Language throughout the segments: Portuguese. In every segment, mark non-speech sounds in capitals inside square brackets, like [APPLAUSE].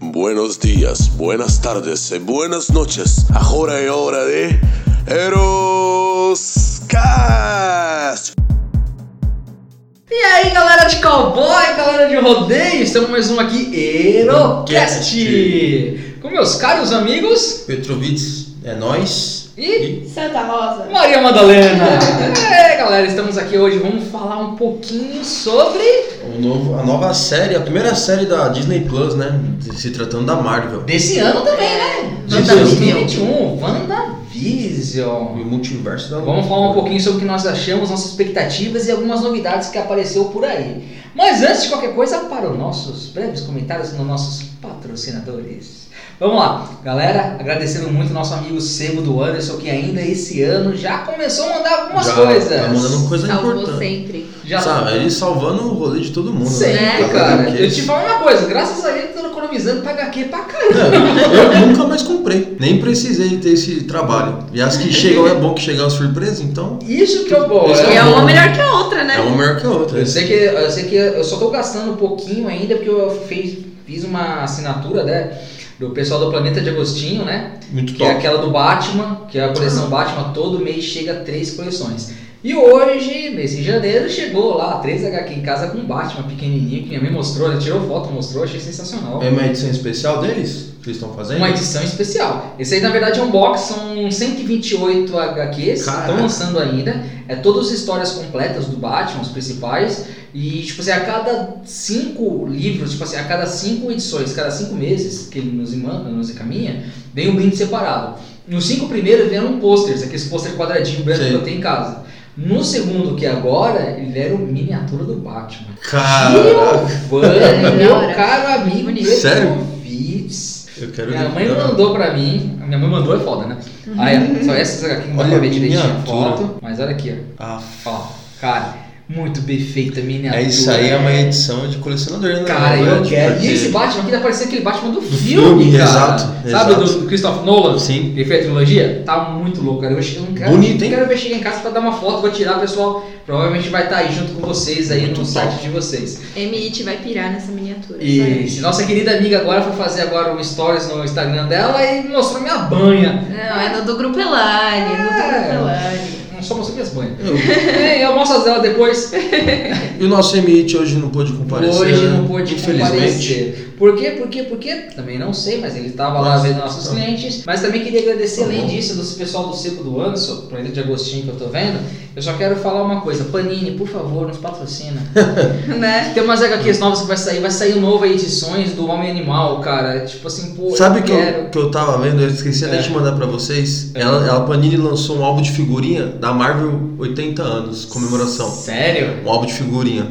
Buenos días, buenas tardes y buenas noches. Ahora es hora de Eroscast! E aí, galera de cowboy, galera de rodeio, estamos mais um aqui, Erocast, com meus caros amigos Petrovitz, é nós. e Santa Rosa. Maria [LAUGHS] Madalena. é, galera, estamos aqui hoje, vamos falar um pouquinho sobre O novo, a nova série, a primeira série da Disney Plus, né? De- Se tratando da Marvel. desse ano também, né? Desse Wanda- ano. 2021, WandaVision. O multiverso da Vamos falar um pouquinho sobre o que nós achamos, nossas expectativas e algumas novidades que apareceu por aí. Mas antes de qualquer coisa, para os nossos breves comentários nos nossos patrocinadores. Vamos lá, galera, agradecendo muito nosso amigo Sebo do Anderson, que ainda esse ano já começou a mandar algumas Já coisas. Tá mandando coisa Salvou importante. sempre. Já Sabe, ele salvando o rolê de todo mundo. Sei, né? Tá cara. fazendo o quê? Eu te falo uma coisa, graças a ele eu tô economizando pra HQ pra caramba. [LAUGHS] É, eu nunca mais comprei. Nem precisei ter esse trabalho. E as que chegam, é bom que chegar as surpresas, então. Isso que é o bom. Isso né? E é bom. uma melhor que a outra, né? É uma melhor que a outra. Eu sei que eu sei que eu só tô gastando um pouquinho ainda porque eu fiz, fiz uma assinatura, né? Do pessoal do Planeta de Agostinho, né? Muito Que é top. aquela do Batman, que é a coleção Batman, todo mês chega três coleções. E hoje, nesse janeiro, chegou lá, 3 HQ em casa com Batman pequenininho, que minha mãe mostrou, ela tirou foto, mostrou, achei sensacional. É uma edição especial deles? Que eles estão fazendo? Uma edição especial. Esse aí, na verdade, é um box, são 128 HQs, Caraca. estão lançando ainda. É todas as histórias completas do Batman, os principais. E, tipo assim, a cada cinco livros, tipo assim, a cada cinco edições, cada cinco meses que ele nos manda, nos encaminha, vem um brinde separado. Nos cinco primeiros vieram posters, aqueles pôster quadradinho branco Sim. que eu tenho em casa. No segundo, que é agora, ele era o miniatura do Batman. Caraca. Giovanni, meu Hora. caro amigo Sério? Petrovitz. Eu quero Minha mãe lembrar. mandou pra mim. Minha mãe mandou é foda, né? Uhum. Aí, ó, só essas aqui não dá Olha pra a ver direitinho a miniatura. foto. Mas olha aqui, Ah, ó. Ó, cara, muito bem feita a miniatura. É isso aí, é uma edição de colecionador, né? Cara, Na eu verdade, quero. porque- E esse Batman aqui tá parecendo aquele Batman do, filme, filme, cara. exato, Sabe exato. do, do Christopher Nolan? Sim. Ele fez a trilogia? Tá muito louco, cara. Eu, acho- eu não quero, Bonito, hein? quero ver chegar em casa pra dar uma foto, vou tirar, pessoal. Provavelmente vai estar aí junto com vocês aí Muito no top. site de vocês. MIT vai pirar nessa miniatura. E nossa querida amiga agora foi fazer agora um stories no Instagram dela e mostrou minha banha. Não, é no do Grupo Elane, é no do Grupo Elane. É Não só mostrou minhas [LAUGHS] banhas. Ei, eu mostro É, as dela depois. E o nosso MIT hoje não pôde comparecer. Hoje né? não pôde Infelizmente. comparecer. Por quê? Por quê? Por quê? Também não sei, mas ele estava lá Mas, vendo nossos tá. clientes. Mas também queria agradecer, Tá além bom. disso, do pessoal do Seco do Anderson, planeta de Agostinho que eu tô vendo. Eu só quero falar uma coisa. Panini, por favor, nos [LAUGHS] patrocina. Né? Tem umas HQs novas que vai sair. Vai sair nova edições do Homem Animal, cara. Tipo assim, pô, Sabe eu que quero. eu, que eu tava vendo, eu esqueci até É. de mandar pra vocês. Ela, ela- a Panini lançou um álbum de figurinha da Marvel 80 anos, comemoração. Sério? Um álbum de figurinha.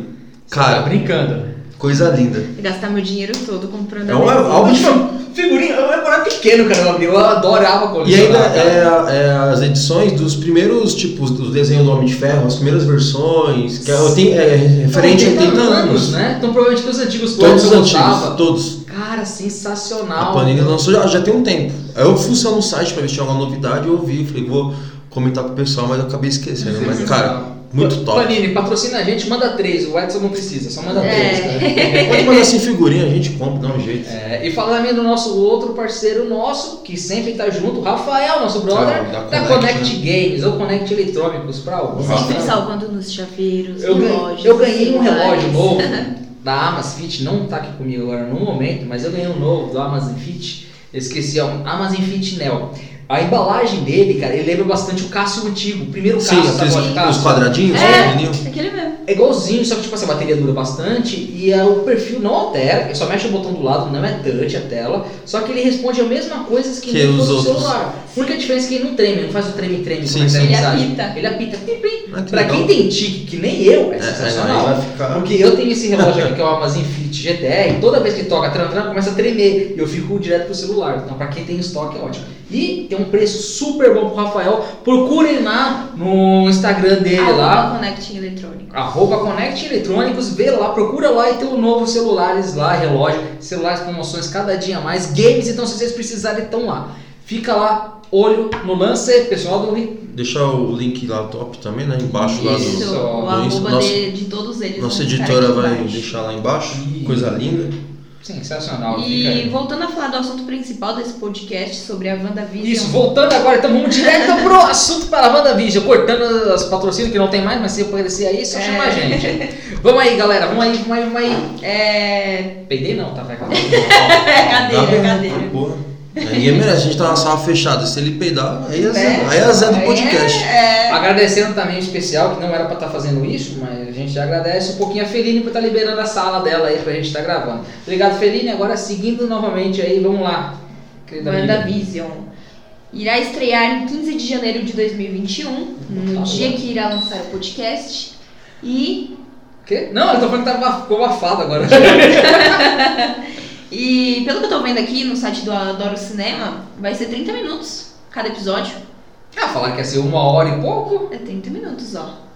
Você tá Cara, brincando. coisa linda. Gastar meu dinheiro todo comprando É um adesivo. álbum de figurinha. Figurinha, eu era pequeno, cara, eu abri, eu adorava E colecionar. ainda cara. é, a- é as edições dos primeiros tipos dos desenhos do Homem de Ferro, as primeiras versões, que é, oiten- é referente a 80 anos. Então, né? Então provavelmente todos os antigos Todos quadros os eu antigos, gostava. todos. Cara, sensacional. A Panini lançou já, já tem um tempo. Aí eu fuçando no site pra ver se tinha alguma novidade, eu ouvi, falei, vou comentar pro pessoal, mas eu acabei esquecendo. Mas, é cara, muito top. Panini, patrocina a gente, manda três. O Edson não precisa, só manda É. três, cara. Pode mandar sem figurinha, a gente compra, dá um jeito. É, e falando também do nosso outro parceiro nosso, que sempre tá junto, o Rafael, nosso brother, Cara, da Connect né? Games ou Connect Eletrônicos pra alguns. né? Sempre Rafa. salvando nos chaveiros, Eu, ganhei- relógios. eu ganhei um celulares. relógio novo da Amazfit, não tá aqui comigo agora no momento, mas eu ganhei um novo do Amazfit. Eu esqueci, é um Amazfit Neo. A embalagem dele, cara, ele lembra bastante o Cássio antigo, o primeiro Sim, Cássio, sabe aqueles, qual é o os Cássio? quadradinhos, É. pequenininho. Aquele mesmo. É igualzinho, só que tipo assim, a bateria dura bastante e é, o perfil não altera, ele só mexe o botão do lado, não é touch a tela, só que ele responde a mesma coisa que, Que nem os todo outros. celular. A única diferença é que ele não treme, não faz o treme-treme como Sim, é que é a sim. Ele mensagem. apita. Ele apita. Plim, plim. Ah, que Pra legal. quem tem tique, que nem eu, é, É, sensacional. aí vai ficar. Porque eu tenho esse relógio aqui que é o Amazon Fit GTR, e toda vez que toca tran tran começa a tremer e eu fico direto pro celular. Então, pra quem tem estoque, é ótimo. E tem um preço super bom pro Rafael. Procurem lá no Instagram dele é lá. Ah, Alô, Ah, Connecting eletrônico. Arroba Connect Eletrônicos, vê lá, procura lá e tem o novo celulares lá, relógio, celulares promoções cada dia mais, games, então se vocês precisarem, estão lá. Fica lá, olho no lance, pessoal do Deixar o link lá top também, né? Embaixo lá Isso. do. Isso, o Nossa, arroba nossa- de, de todos eles. Nossa vão ficar editora aqui vai embaixo. deixar lá embaixo. Isso. Coisa linda. Sensacional. Ah, fica E aí. voltando a falar do assunto principal desse podcast sobre a WandaVision. Isso, voltando agora, então vamos direto [LAUGHS] pro assunto para a WandaVision, cortando os patrocínios que não tem mais, mas se aparecer aí, só É. chama a [LAUGHS] gente. Vamos aí, galera, vamos aí, vamos aí, vamos aí. É. Peidei não, tá? Vai [LAUGHS] calma. Cadeira, Dá pra- cadeira. Porra. Ninguém merece, a gente tá na sala fechada. Se ele peidar, aí é zero. Aí é zero do Aí podcast. É, é. Agradecendo também o especial, que não era pra estar fazendo isso, mas a gente agradece um pouquinho a Feline por estar liberando a sala dela aí pra gente estar gravando. Obrigado, Feline. Agora seguindo novamente aí, vamos lá. Querida amiga. WandaVision. Irá estrear em 15 de janeiro de 2021, no Tá dia bom. que irá lançar o podcast. E, Quê? Não, eu tô falando que tá baf- ficou abafado [LAUGHS] agora. e pelo que eu tô vendo aqui no site do Adoro Cinema, vai ser 30 minutos cada episódio. ah, falar que ia ser uma hora e pouco. É 30 minutos, ó.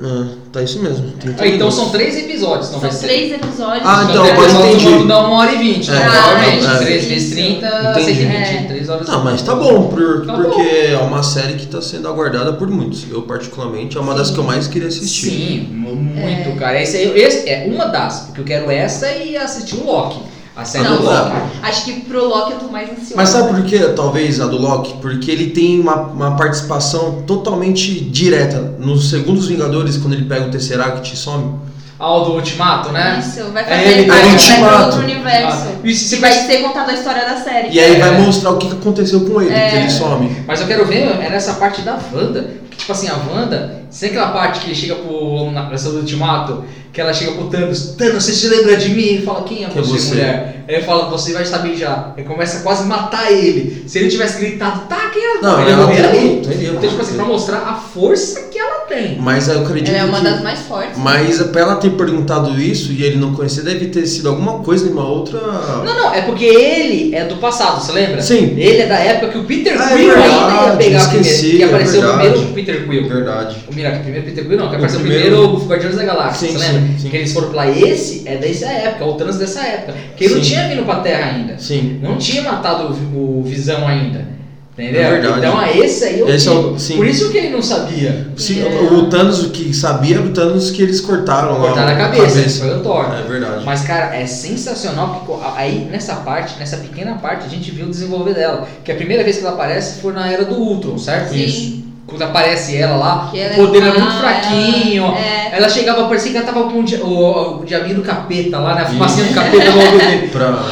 É, tá isso mesmo. 30 Ah, então minutos. são três episódios, não São vai ser. três episódios. Então Então, Ah, então, então agora todo entendi. mundo dá uma hora e vinte, É, né? é, Realmente, é. 3 vezes 30, Entendi. 120, 3 horas. Não, mas tá bom, por- Tá porque é uma série que tá sendo aguardada por muitos. Eu, particularmente, é uma das que eu mais queria assistir. Sim, mu- muito, cara. Esse, aí- esse é uma das, porque eu quero essa e assistir o Loki. A série Ah, Não, do tá. Loki. Acho que pro Loki eu tô mais ansiosa. Mas sabe por que, talvez, a do Loki? Porque ele tem uma, uma participação totalmente direta. Nos segundos Vingadores, quando ele pega o Tesseract e some. Ah, o do Ultimato, né? Isso, vai É, fazer ele tá parte vai ultimato. pra outro universo. Ah, isso, E se vai vai... ser contada a história da série. tá. E aí vai É. mostrar o que que aconteceu com ele, que É. ele some. Mas eu quero ver é nessa parte da Wanda. Que, tipo assim, a Wanda, sem aquela parte que chega pro. na versão do Ultimato, que ela chega pro Thanos, Thanos, você se lembra de mim? Ele fala, quem é Que é você, você? mulher? Aí ele fala, você vai saber já. Ele começa a quase matar ele. Se ele tivesse gritado, tá, quem é? Não, ele ela morreria ali. tem- tem- Então, tipo assim, pra mostrar a força que ela tem. Mas eu acredito Ela é uma que... das mais fortes. Mas pra ela ter perguntado isso e ele não conhecer, deve ter sido alguma coisa em uma outra... Não, não, é porque ele é do passado, você lembra? Sim. Ele é da época que o Peter Ah, é Quill ainda ia verdade, pegar esqueci, primeiro. Que é apareceu verdade. primeiro o Peter Quill. Verdade. O Mira, primeiro Peter Quill não, que O apareceu primeiro- primeiro o Guardiões da Galáxia, Sim, você lembra? sim, sim. Que eles foram pra lá, esse é dessa época, o Thanos dessa época. Que ele não Sim. tinha vindo pra Terra ainda. Sim. Não tinha matado o, o Visão ainda. Entendeu? É verdade. Então a esse aí eu Esse é o- digo. sim. Por isso que ele não sabia. Sim, o Thanos, o que sabia era o Thanos que eles cortaram lá. É. Cortaram a cabeça, foi o Thor. É verdade. Mas, cara, é sensacional porque co- aí nessa parte, nessa pequena parte, a gente viu o desenvolver dela. Que a primeira vez que ela aparece foi na era do Ultron, certo? Sim. Quando aparece ela lá, Que ela é o poder era má, muito fraquinho. ela- é. Ela chegava, parecia que ela tava com o, dia, o, o diabinho do capeta lá, né? A Isso. fumacinha do capeta no [LAUGHS] olho dele. Pra...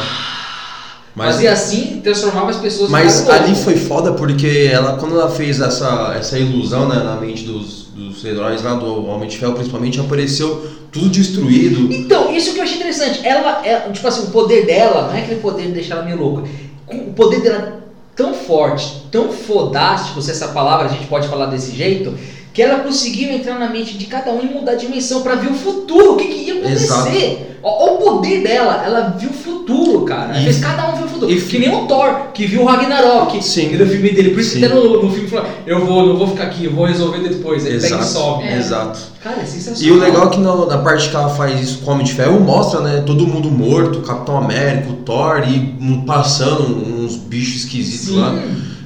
Mas, Fazia assim, transformava as pessoas em mas cara ali louco. foi foda porque ela, quando ela fez essa, essa ilusão né, na mente dos, dos heróis lá, do Homem de Ferro principalmente, apareceu tudo destruído. Então, isso que eu achei interessante. Ela, é, tipo assim, o poder dela, não é aquele poder de deixar ela meio louca. O poder dela é tão forte, tão fodástico, se essa palavra a gente pode falar desse jeito, que ela conseguiu entrar na mente de cada um e mudar a dimensão pra ver o futuro, o que, que ia acontecer. Ó, ó o poder dela, ela viu o futuro, cara. E- Fez cada um ver o futuro. e- que nem o Thor, que viu o Ragnarok. Sim. Que no filme dele, por isso que Sim. até no, no filme fala, eu vou, eu vou ficar aqui, eu vou resolver depois. Ele pega e sobe. exato. Cara, é sensacional. E o legal é que na, na parte que ela faz isso com o Homem de Ferro mostra, né? Todo mundo morto, o Capitão América, o Thor e um- passando uns bichos esquisitos Sim. lá.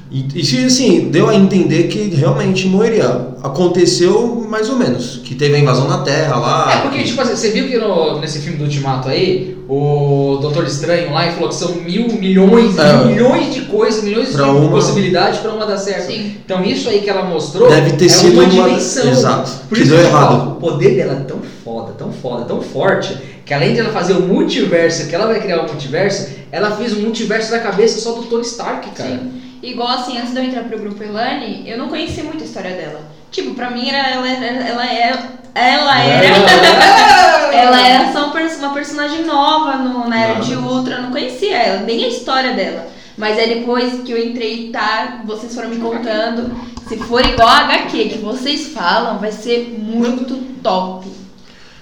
E isso, assim, deu a entender que realmente morreria. Aconteceu mais ou menos. Que teve a invasão na Terra lá. É, porque, tipo assim, você viu que no- nesse filme do Ultimato aí, o Doutor Estranho lá ele falou que são mil, milhões, É. milhões de coisas, milhões de Pra uma- possibilidades pra uma dar certo. Sim. Então isso aí que ela mostrou Deve ter é sido uma uma. dimensão. Exato. Por que isso deu que eu falo, errado. o poder dela é tão foda, tão foda, tão forte, que além de ela fazer o multiverso, que ela vai criar o multiverso, ela fez um multiverso da cabeça só do Tony Stark, cara. Sim. Igual assim, antes de eu entrar pro grupo Elane, eu não conhecia muito a história dela. Tipo, pra mim era, ela era. Ela era. Ela É. era, [LAUGHS] ela era só um pers- uma personagem nova no, na era Nada. de Ultra, eu não conhecia ela, nem a história dela. Mas é depois que eu entrei, tá? Vocês foram me contando. Se for igual a HQ que vocês falam, vai ser muito top.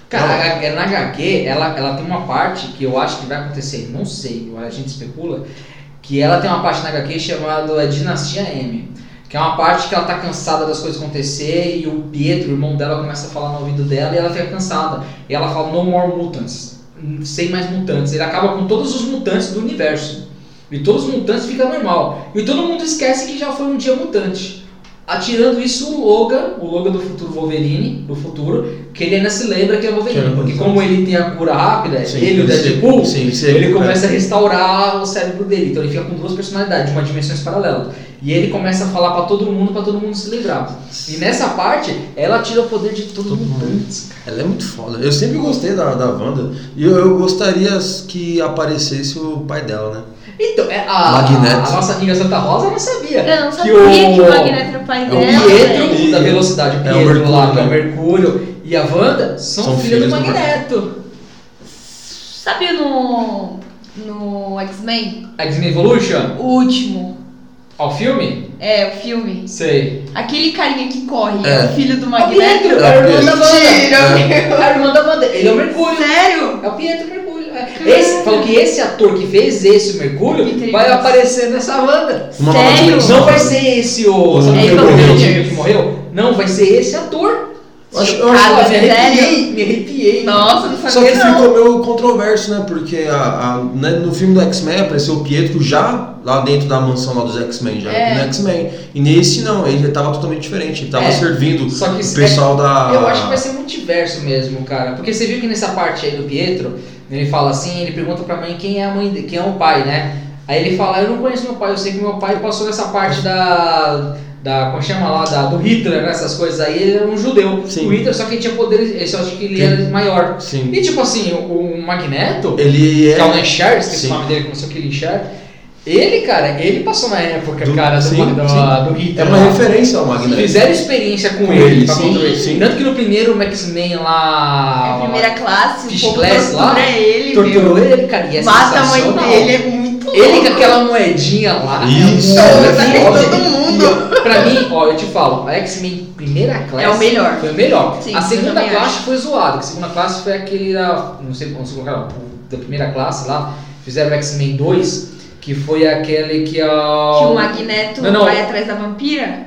Cara, Não. a H- na HQ, ela, ela tem uma parte que eu acho que vai acontecer, não sei, a gente especula, que ela tem uma parte na HQ chamada é, Dinastia M. Que é uma parte que ela tá cansada das coisas acontecer e o Pietro, o irmão dela, começa a falar no ouvido dela e ela fica cansada. E ela fala no more mutants, hum, sem mais mutantes. Ele acaba com todos os mutantes do universo. E todos os mutantes ficam normal. E todo mundo esquece que já foi um dia mutante. Atirando isso o Logan, o Logan do futuro Wolverine, do futuro, que ele ainda se lembra que é Wolverine. Que era porque Wolverine. como ele tem a cura rápida, Sim, né, ele e o ele se- Deadpool, sim, ele se ele recupera. começa a restaurar o cérebro dele. Então ele fica com duas personalidades, de uma dimensões paralelas. E ele começa a falar pra todo mundo, pra todo mundo se lembrar. É. E nessa parte, ela tira o poder de todo, Todo mundo. mundo. Ela é muito foda. Eu sempre gostei da, da Wanda. E eu, eu gostaria que aparecesse o pai dela, né? Então, é, a, Magneto. a nossa amiga Santa Rosa não sabia. Eu não sabia o- que o Magneto era o pai É o dela. Pietro velho. E- da velocidade, o é o Pietro Mercúrio, lá, que é o né? Mercúrio e a Wanda são, São filhos do filhos do Magneto. Sabe no. No X-Men? X-Men Evolution? O último. Ó, o filme? É, o filme. Sei. Aquele carinha que corre é, É. o filho do É o Pietro, Magneto. é o irmão da Mentira, Wanda. É. meu. É o irmão da Wanda, ele é o Mercúrio. Sério? É o Pietro Mercúrio. é. Esse, falou que esse ator que fez esse, o Mercúrio, Peter vai Wilson. aparecer nessa Wanda. Uma nova Sério? dimensão. Não vai ser esse o. O Sabe Evan o Peters. Peters que Tipo, morreu? Não, vai ser esse ator. Eu acho- eu acho- Cara, Olha, me arrepiei, sério? me arrepiei. Nossa, não Só que sabia não. ficou meio controverso, né? Porque a- a- né, no filme do X-Men apareceu o Pietro já lá dentro da mansão lá dos X-Men, já É. no X-Men. E nesse não, ele já tava totalmente diferente. Ele tava É. servindo Só que o isso pessoal da. Eu acho que vai ser multiverso mesmo, cara. Porque você viu que nessa parte aí do Pietro, ele fala assim, ele pergunta pra mãe quem é a mãe, de- quem é o pai, né? Aí ele fala, eu não conheço meu pai, eu sei que meu pai passou nessa parte da. Da, como chama lá, da, do Hitler, né? Essas coisas aí, ele era um judeu. Sim. O Hitler, só que ele tinha poderes, ele só acho que ele Sim. era maior. Sim. E tipo assim, o, o Magneto, Ele que é o é. Lanchar, esqueci o Sim. nome dele, como se eu queria Lanchar. Ele, cara, ele passou na época, Do- cara, do, sim, do, sim. do Hitler. É uma lá. referência ao Magneto. Fizeram experiência com Com ele, ele, pra sim, controlar. sim. Tanto que no primeiro o X-Men lá. É primeira classe, Fish o povo Glass tortura lá, ele, torturou meu. ele, cara. E é Mata a mãe sensacional. dele, é muito louco. Ele com aquela moedinha lá. Isso. Nossa, Tá que em todo ódio. mundo. E, ó, Pra mim, ó, eu te falo, a X-Men primeira classe É o melhor. Foi o melhor. Sim, a segunda eu também classe acho. foi zoada. A segunda classe foi aquele da. Não sei como se colocaram, da primeira classe lá. Fizeram o X-Men 2, que foi aquele que ó. Que o Magneto Não, não. vai atrás da vampira?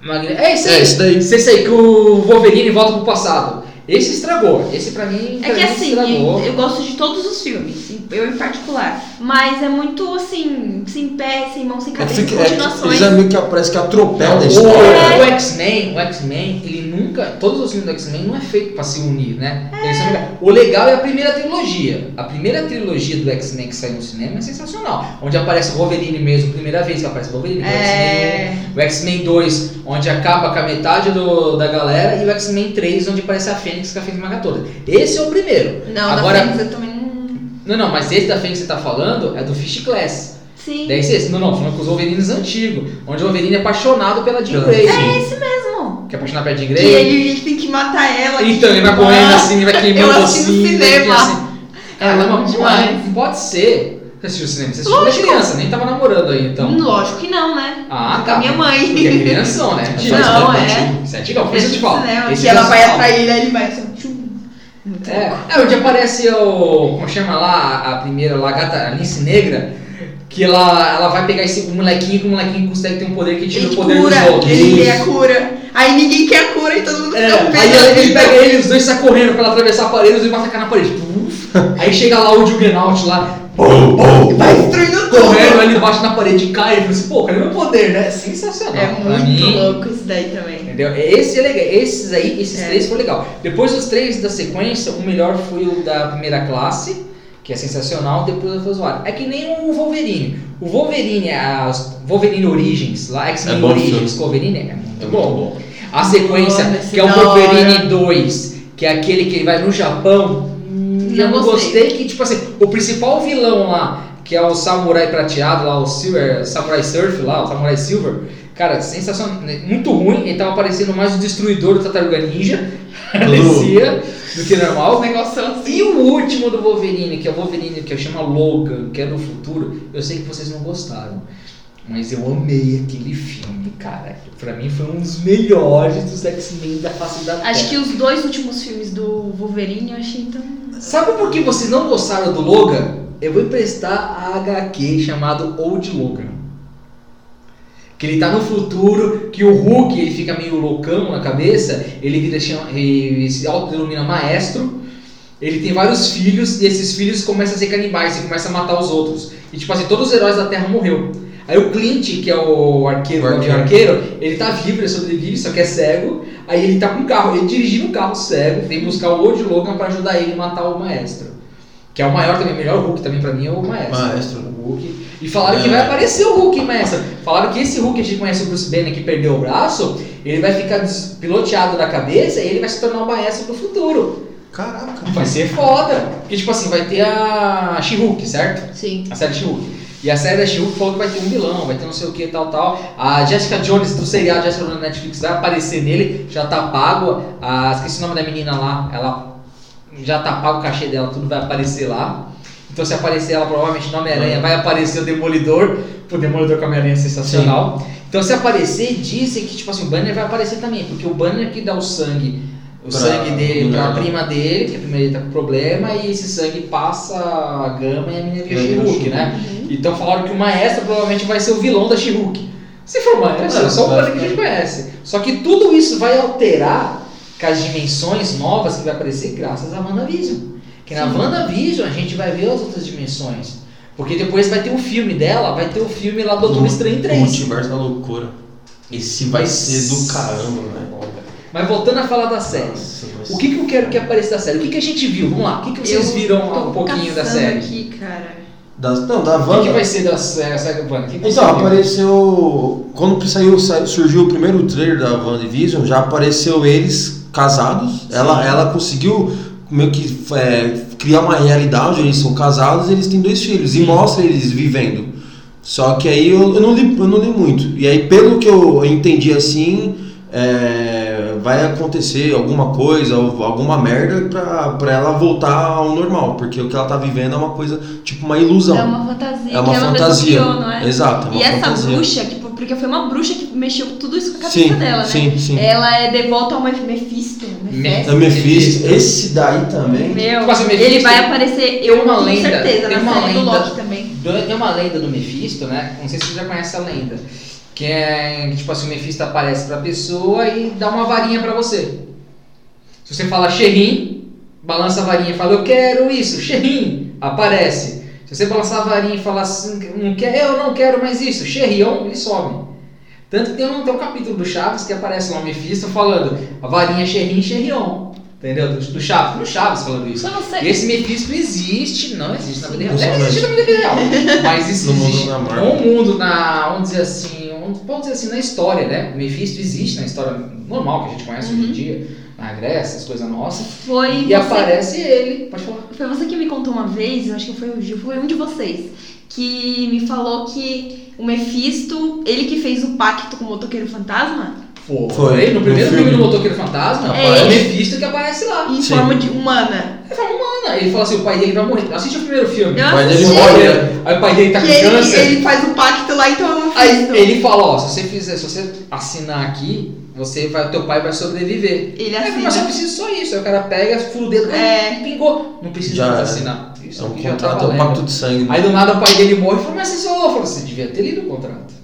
Magne- É isso aí. É isso daí. Esse esse aí que o Wolverine volta pro passado. Esse estragou. Esse pra mim, pra É que mim, assim, estragou. eu gosto de todos os filmes, eu em particular. Mas é muito assim, sem pé, sem mão, sem É, cabeça, fica, sem é, ele continuações. já meio que parece que atropela a O, o história. X-Men, o X-Men, ele nunca. Todos os filmes do X-Men não é feito pra se unir, né? Eles são ligados. o legal é a primeira trilogia. A primeira trilogia do X-Men que saiu no cinema é sensacional. Onde aparece o Wolverine mesmo, primeira vez que aparece o Wolverine, o X-Men um, É. O X-Men 2, onde acaba com a metade do- da galera, e o X-Men 3, onde aparece a Fênix com a Fênix Maga toda. Esse é o primeiro. Não, Agora- da Fênix eu também não. Não, não, mas esse da Fênix que você tá falando é do Fish Class. Sim. Daí você, não, não, falando com os Wolverines antigos, onde o Wolverine é apaixonado pela Jean Pela- Grey. É esse mesmo. Que é apaixonado pela Jean Que Grey. ele, ele tem que matar ela. Então, ele vai Ah, correndo assim, vai queimando eu assisti no assim. vai cinema. assim. Ela é uma Bom demais. Não pode ser. Você assistiu o cinema? Você assistiu Lógico. quando era criança, nem tava namorando aí, então. Lógico que não, né? Ah, Com a tá. minha Porque é mãe. [LAUGHS] crianção, né? Não, Tira. Não, né, é. Isso é antigão, por isso eu te falo. Cinema, Esse é que ela vai pessoal- atrair ele, aí ele vai assim. tchum. é Muito É, louco. é onde aparece o. Como chama lá a primeira lá, a gata, a Lince Negra, que ela, ela vai pegar esse molequinho, que o molequinho consegue ter um poder que tira Ele o poder cura, dos outros. ele é Isso. quer a cura. Aí ninguém quer a cura e todo mundo É, fica com aí ela- ele pena. né? pega ele, os dois saem correndo pra ela atravessar a parede, os dois vão atacar na parede. Puf. Aí chega lá o Juggernaut lá, Oh, é Vai destruindo tudo. correndo, aí ele bate na parede e cai. E fala assim, pô, cadê meu poder, né? É sensacional. É pra muito mim. louco isso daí também. Entendeu? Esse é legal. Esses aí, esses É. três foi legal. Depois dos três da sequência, o melhor foi o da primeira classe, que é sensacional, depois foi zoado. É que nem o Wolverine. O Wolverine, as Wolverine Origins, lá, X-Men É bom Origins, filme. com o Wolverine é muito É muito bom. bom. A sequência, Nossa, que é o da hora. Wolverine 2, que é aquele que ele vai no Japão. hum, Não eu não gostei. gostei que, tipo assim, o principal vilão lá, que é o samurai prateado lá, o Silver, Samurai Surf lá, o Samurai Silver, cara, sensacional, né? muito ruim, ele tava parecendo mais o destruidor do Tartaruga Ninja, [LAUGHS] parecia, do que normal. Os negócios assim. E o último do Wolverine, que é o Wolverine que eu chamo Logan, que é do futuro, eu sei que vocês não gostaram. Mas eu amei aquele filme, cara. Pra mim foi um dos melhores dos X-Men da face da Terra. Acho que os dois últimos filmes do Wolverine eu achei então tão. Sabe por que vocês não gostaram do Logan? Eu vou emprestar a HQ chamado Old Logan. Que ele tá no futuro, que o Hulk ele fica meio loucão na cabeça, ele vira chama- ele se autodenomina maestro, ele tem vários filhos, e esses filhos começam a ser canibais e começam a matar os outros. E tipo assim, todos os heróis da Terra morreu. Aí o Clint, que é o arqueiro, O o arqueiro. arqueiro. ele tá vivo, ele sobrevive, só que é cego. Aí ele tá com um carro, ele dirigindo um carro cego, vem buscar o Old Logan pra ajudar ele a matar o maestro. Que é o maior também, o melhor Hulk também pra mim é o maestro. Maestro. O Hulk. E falaram que É. vai aparecer o Hulk, hein, maestro? Falaram que esse Hulk que a gente conhece o Bruce Banner que perdeu o braço, ele vai ficar des- piloteado da cabeça e ele vai se tornar o maestro do futuro. Caraca. Vai ser foda. Porque, tipo assim, vai ter a She-Hulk, certo? Sim. A série She-Hulk. E a série da She-Hulk falou que vai ter um vilão, vai ter não sei o que tal, tal. A Jessica Jones, do seriado Jessica Jones na Netflix, vai aparecer nele, já tá pago. Ah, esqueci o nome da menina lá, ela já tá pago o cachê dela, tudo vai aparecer lá. Então se aparecer ela, provavelmente no Homem-Aranha vai aparecer o Demolidor, pô, o Demolidor com a Homem-Aranha é sensacional. Então se aparecer, dizem que tipo assim, o Banner vai aparecer também, porque o Banner que dá o sangue, o Pra sangue dele pra mulher. prima dele, que a primeira ele tá com problema, e esse sangue passa a gama e a menina vira Gama e She-Hulk, She-Hulk. né? Uhum. Então falaram que o maestro provavelmente vai ser o vilão da She-Hulk. Se for o maestro, é É, só o vai Banner que a ficar. gente conhece. Só que tudo isso vai alterar com as dimensões novas que vai aparecer graças à WandaVision. Que na Sim. WandaVision a gente vai ver as outras dimensões. Porque depois vai ter o filme dela, vai ter o filme lá do Doutor Estranho 3. O multiverso da loucura. Esse vai ser do caramba, né? Mas voltando a falar da série. Nossa, vai O que, que eu quero que apareça da série? O que, que a gente viu? Vamos lá. O que, que vocês Eu viram tô um pouquinho da caçando série? aqui, cara. Da, não, da O que, que Wanda. vai ser da série, série Wanda? O que que você né? Então, viu? apareceu. Quando saiu, sa- surgiu o primeiro trailer da WandaVision, já apareceu eles casados. Ela, ela conseguiu meio que é, criar uma realidade, eles são casados e eles têm dois filhos. E mostra eles vivendo. Só que aí eu, eu não li, eu não li muito. E aí, pelo que eu entendi assim, é, vai acontecer alguma coisa, ou alguma merda pra, pra ela voltar ao normal. Porque o que ela tá vivendo é uma coisa, tipo uma ilusão. É uma fantasia. É uma que ela mesma fantasia. criou, não é? Exato, é uma e essa fantasia. bruxa, que, porque foi uma bruxa que mexeu com tudo isso com a cabeça sim, dela, né? sim, sim. Ela é devota ao Mef- Mephisto. Mephisto. É o Mephisto. Esse daí também. Meu, Tipo assim, o Mephisto- ele vai aparecer, tem eu uma com lenda, certeza, tem na uma série do lenda. Loki também. Tem uma lenda do Mephisto, né? Não sei se você já conhece a lenda. Que é que, tipo assim, o Mephisto aparece pra pessoa e dá uma varinha pra você. Se você fala Xerrim, balança a varinha e fala, eu quero isso, Xerrim, aparece. Se você balançar a varinha e falar assim, não quer, eu não quero mais isso, Xerrion, ele some. Tanto que tem um, tem um capítulo do Chaves que aparece lá o Mephisto falando, a varinha Xerrim, Xerrion. Entendeu? Do, do Chaves, do Chaves falando isso. Só não sei. É, Esse Mephisto existe, não existe na vida real. Não Deve só existir na vida real. Mas isso [LAUGHS] No mundo existe. da Marvel. Um mundo na. Vamos dizer assim. um- vamos dizer assim, na história, né? O Mephisto existe na história normal que a gente conhece hoje em dia, na Grécia, as coisas nossas. Foi E Uhum. você- aparece ele. Pode falar. Foi você que me contou uma vez, eu acho que foi o Gil, foi um de vocês, que me falou que o Mephisto, ele que fez o pacto com o motoqueiro fantasma, Foi. Foi, No primeiro no filme filme. do Motoqueiro Fantasma, É é o ele. Mephisto que aparece lá. em Sim. forma de humana. Ele fala, mano, ele fala assim: o pai dele vai morrer. Assiste o primeiro filme. Eu O pai dele assisti. morre, né? Aí o pai dele tá com Que ele, câncer. ele faz o pacto lá, então é o Aí Mephisto. ele fala, ó, se você fizer, se você assinar aqui, você vai, teu pai vai sobreviver. Ele É, mas eu assina. preciso só isso. Aí o cara pega, fura o dedo, É. e pingou. Não precisa Já mais era. assinar. Isso É um aqui já tá contrato, é um valendo. pacto de sangue. né? Aí do nada o pai dele morre e fala, mas você só falou, você devia ter lido o contrato.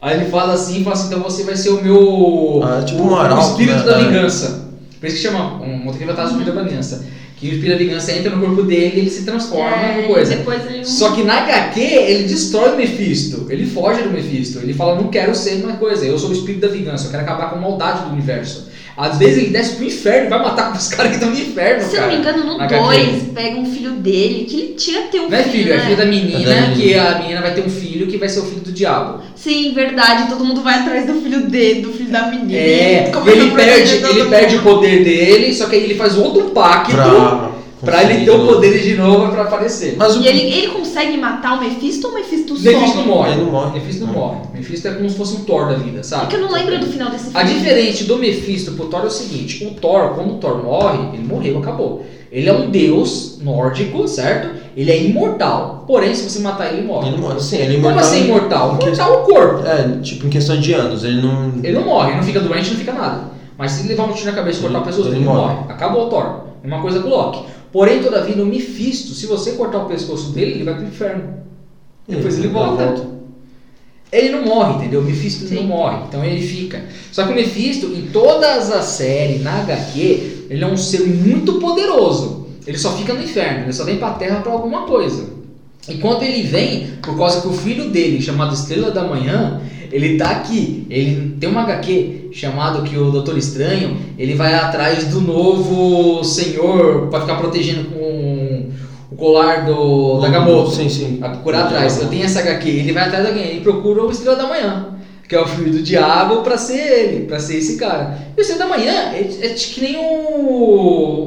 Aí ele fala assim, fala assim, então você vai ser o meu. Ah, tipo o- um arauto, o espírito né? da É. vingança. Por isso que chama um outro que vai estar o espírito da vingança. Que o espírito da vingança entra no corpo dele e ele se transforma É, em coisa. Depois ele... Só que na HQ ele destrói o Mephisto, ele foge do Mephisto, ele fala, não quero ser uma coisa, eu sou o espírito da vingança, eu quero acabar com a maldade do universo. Às vezes ele desce pro inferno e vai matar os [LAUGHS] caras que estão no inferno, Se eu não cara. me engano, no na HQ. 2, pega um filho dele, que ele tira ter um Não é filho, é né? filho da menina, É da menina. que a menina vai ter um filho que vai ser o filho do diabo. Sim, verdade, todo mundo vai atrás do filho dele, do filho da menina. É, Como e ele não protege perde, todo ele mundo? perde o poder dele, só que aí ele faz outro pacto pra, É, pra, ele ter o poder de novo pra aparecer. Mas o E ele, ele consegue matar o Mephisto ou o Mephisto O some? Mephisto não morre. Ele não morre. Mephisto não morre. Mephisto é como se fosse um Thor da vida, sabe? É que eu não lembro do final desse filme. A diferença do Mephisto pro Thor é o seguinte: o Thor, quando o Thor morre, ele morreu, acabou. Ele é um deus nórdico, certo? Ele é imortal. Porém, se você matar ele, ele morre. Ele morre, sim, ele é Como imortal. assim imortal? Porque- Imortal é o corpo. É, tipo, em questão de anos, ele não. Ele não morre, ele não fica doente, não fica nada. Mas se ele levar um tiro na cabeça e cortar Ele- o pescoço, ele ele morre. morre. Acabou o Thor. É uma coisa com o Loki. Porém, todavia, no Mephisto, se você cortar o pescoço dele, ele vai pro inferno. Depois Uhum. ele volta. Ele não morre, entendeu? O Mephisto Sim. não morre, então ele fica. Só que o Mephisto, em todas as séries, na HQ, ele é um ser muito poderoso. Ele só fica no inferno, ele só vem pra terra pra alguma coisa. E quando ele vem, por causa que o filho dele, chamado Estrela da Manhã, ele tá aqui. Ele tem uma HQ chamado que o Doutor Estranho, ele vai atrás do novo senhor pra ficar protegendo com o colar do Uhum. Nagamoto. Sim, sim. Vai procurar atrás. Eu tenho essa HQ. Ele vai atrás de alguém. Ele procura o Estrela da Manhã, que é o filho do diabo, pra ser ele, pra ser esse cara. E o Estrela da Manhã é, é tipo que nem o,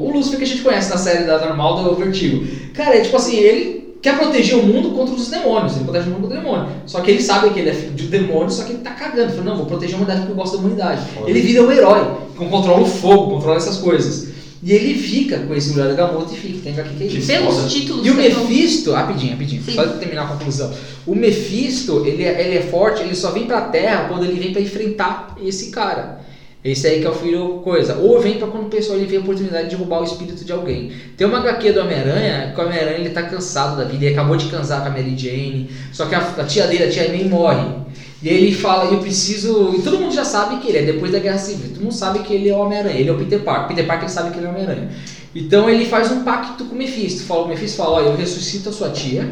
o Lúcifer que a gente conhece na série da normal do Vertigo. Cara, é tipo assim, ele quer proteger o mundo contra os demônios. Ele protege o mundo contra o demônio. Só que ele sabe que ele é filho de demônio, só que ele tá cagando. Ele Fala, não, vou proteger a humanidade porque eu gosto da humanidade. Foda. Ele vira um herói, que controla o fogo, controla essas coisas. E ele fica com esse mulher da Gamoto e fica, tem HQ que é Que isso. Pelos foda. títulos E o que eu tô- Mephisto, rapidinho, rapidinho, Sim. só pra terminar a conclusão. O Mephisto, ele, é- ele é forte, ele só vem pra terra quando ele vem pra enfrentar esse cara. Esse aí que é o filho coisa. Ou vem pra quando o pessoal ele vê a oportunidade de roubar o espírito de alguém. Tem uma HQ do Homem-Aranha, que o Homem-Aranha ele tá cansado da vida, ele acabou de cansar com a Mary Jane, só que a, a tia dele, a tia May morre. E aí ele fala, eu preciso. E todo mundo já sabe que ele é depois da Guerra Civil. Todo mundo sabe que ele é o Homem-Aranha, ele é o Peter Parker. Peter Parker sabe que ele é o Homem-Aranha. Então ele faz um pacto com o Mephisto. Fala, o Mephisto fala, olha, eu ressuscito a sua tia.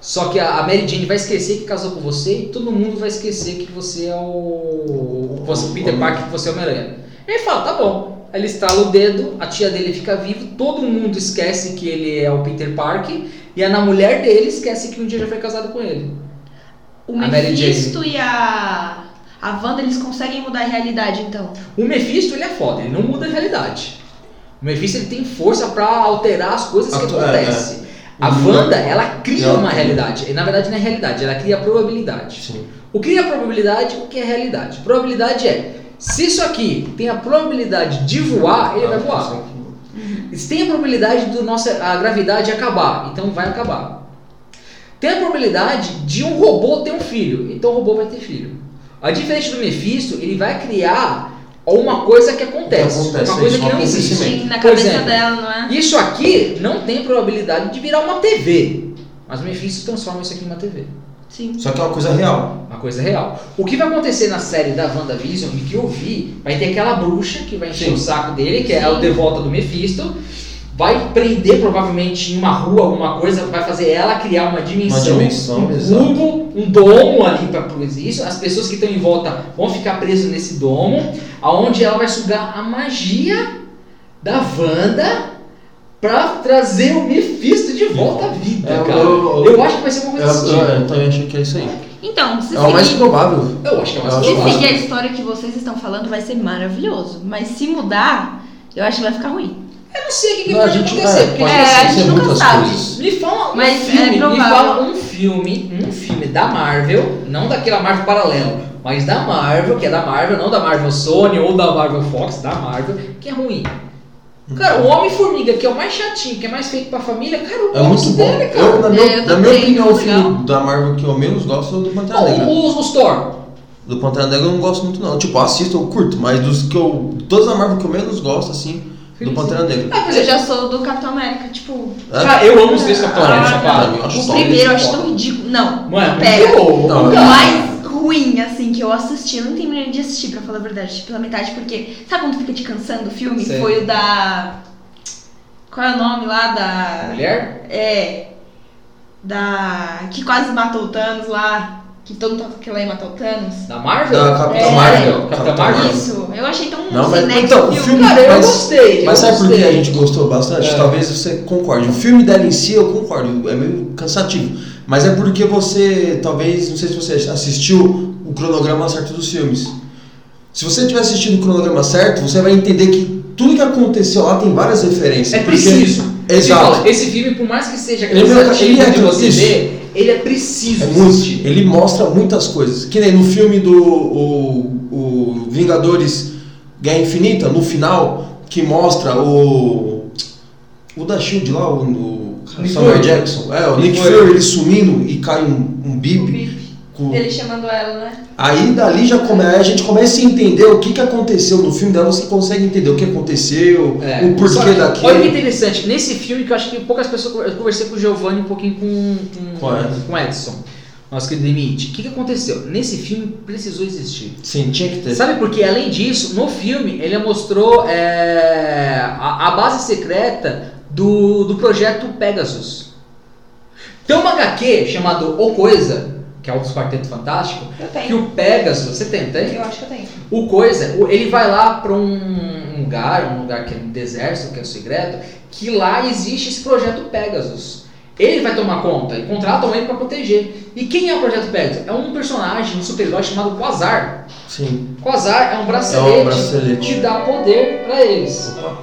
Só que a a Mary Jane vai esquecer que casou com você e todo mundo vai esquecer que você é o. Você, o Peter Parker, que você é o Homem-Aranha. Ele fala, tá bom. Aí Ele estala o dedo, a tia dele fica viva, todo mundo esquece que ele é o Peter Parker e a na mulher dele esquece que um dia já foi casado com ele. O A Mary Mephisto e a. A Wanda, eles conseguem mudar a realidade, então. O Mephisto ele é foda, ele não muda a realidade. O Mephisto ele tem força pra alterar as coisas que Atu- é, acontecem. A Uhum. Wanda, ela cria Ela uma cria. realidade. E, Na verdade, não é realidade, ela cria a probabilidade. Sim. O que é a probabilidade? O que é realidade? Probabilidade é, se isso aqui tem a probabilidade de voar, ele vai voar. Se tem a probabilidade do nossa a gravidade acabar, então vai acabar. Tem a probabilidade de um robô ter um filho, então o robô vai ter filho. A diferença do Mephisto, ele vai criar uma coisa que acontece, Que acontece, uma coisa isso, que um não existe. acontecimento. Sim, na Por cabeça exemplo, dela, não é? Isso aqui não tem probabilidade de virar uma TV, mas o Mephisto transforma isso aqui em uma TV. Sim. Só que é uma coisa real. Uma coisa real. O que vai acontecer na série da WandaVision, e que eu vi, vai ter aquela bruxa que vai encher Sim. o saco dele, que é o Sim. devota do Mephisto. Vai prender provavelmente em uma rua alguma coisa, vai fazer ela criar uma Uma dimensão. dimensão, Um exato. cubo, um domo ali para isso. As pessoas que estão em volta vão ficar presas nesse domo, aonde ela vai sugar a magia da Wanda pra trazer o Mephisto de volta à vida, É, cara. eu- Eu, eu- acho que vai ser uma Eu, coisa assim, desse eu, tipo. eu também achei que é isso aí. Então, se É o mais seguir, provável. Eu acho que é uma Eu coisa acho se provável. seguir a história que vocês estão falando, vai ser maravilhoso. Mas se mudar, eu acho que vai ficar ruim. Eu não sei o que, que Não, a pode gente- acontecer, é, porque pode é, a acontecer gente nunca muitas sabe. coisas. me fala um Mas é filme, me provável. fala um filme, um filme da Marvel, não daquela Marvel paralelo, mas da Marvel, que é da Marvel, não da Marvel Sony ou da Marvel Fox, da Marvel, que é ruim. Cara, o Homem-Formiga, que é o mais chatinho, que é mais feito pra família, cara, o É muito gosto bom. dele, cara. Eu, na, meu, É, eu na também, minha opinião, o muito filme legal. da Marvel que eu menos gosto é o do Pantera Ó, Negra. os, os Thor. Do Pantera Negra eu não gosto muito não. Tipo, eu assisto, eu curto, mas dos que eu. Todas as Marvel que eu menos gosto, assim, do Pantera Negra. Ah, por Eu exemplo, já sou do Capitão América, tipo. É? cara, eu amo os três Capitão América, Ah, cara. não, eu acho o só primeiro eu eles acho foda. tão ridículo. Não. Mano, muito Pega. bom. Não, é O Cara. mais ruim, assim, que eu assisti, eu não terminei de assistir, pra falar a verdade, tipo, pela metade, porque sabe quando fica te cansando do filme? Sei. Foi o da. Qual é o nome lá da. Mulher? É. Da. Que quase matou o Thanos lá. Que todo mundo que lá ia matar o Thanos. Da Marvel? Da Capitã É. Marvel. Capitã Capitã Marvel. Marvel. Isso, eu achei tão Não, mas- cinético então, o o filme- Cara, eu Mas- gostei. Mas eu sabe por que gostei. a gente gostou bastante? É. Talvez você concorde. O filme dela em si eu concordo, é meio cansativo. Mas é porque você, talvez, não sei se você assistiu o cronograma certo dos filmes. Se você tiver assistido o cronograma certo, você vai entender que tudo que aconteceu lá tem várias referências. É porque- preciso. Exato. Fala, Esse filme, por mais que seja Ele é- cansativo ele é de você isso. ver, ele é preciso. É muito. assistir. Ele mostra muitas coisas. Que nem no filme do o, o Vingadores Guerra Infinita, no final, que mostra o. O da Shield lá, o. o Nick Samuel Fury. Jackson. É, o Nick Nick Fury. Fury ele sumindo e cai um, um bip. com- Ele chamando ela, né? Aí dali já come, aí a gente começa a entender o que, que aconteceu no filme dela, você consegue entender o que aconteceu, É. o Só porquê que, Olha que daquilo. interessante, nesse filme que eu acho que poucas pessoas. Eu conversei com o Giovanni um pouquinho com, com, Com Edson. com o Edson, nosso querido Emit. O que, que aconteceu? Nesse filme precisou existir. Sim, tinha que ter. Sabe porque, além disso, no filme ele mostrou é, a, a base secreta do, do projeto Pegasus. Tem uma HQ chamada O Coisa, que é um dos Quarteto Fantástico, Eu que tenho. o Pegasus, você tem, tem? Eu acho que eu tenho. O Coisa, o- ele vai lá pra um lugar, um lugar que é um deserto, que é um segredo, que lá existe esse projeto Pegasus. Ele vai tomar conta e contratam ele pra proteger. E quem é o projeto Pegasus? É um personagem, um super-herói chamado Quasar. Sim. Quasar é um É bracelete, um bracelete. que dá poder pra eles. Opa.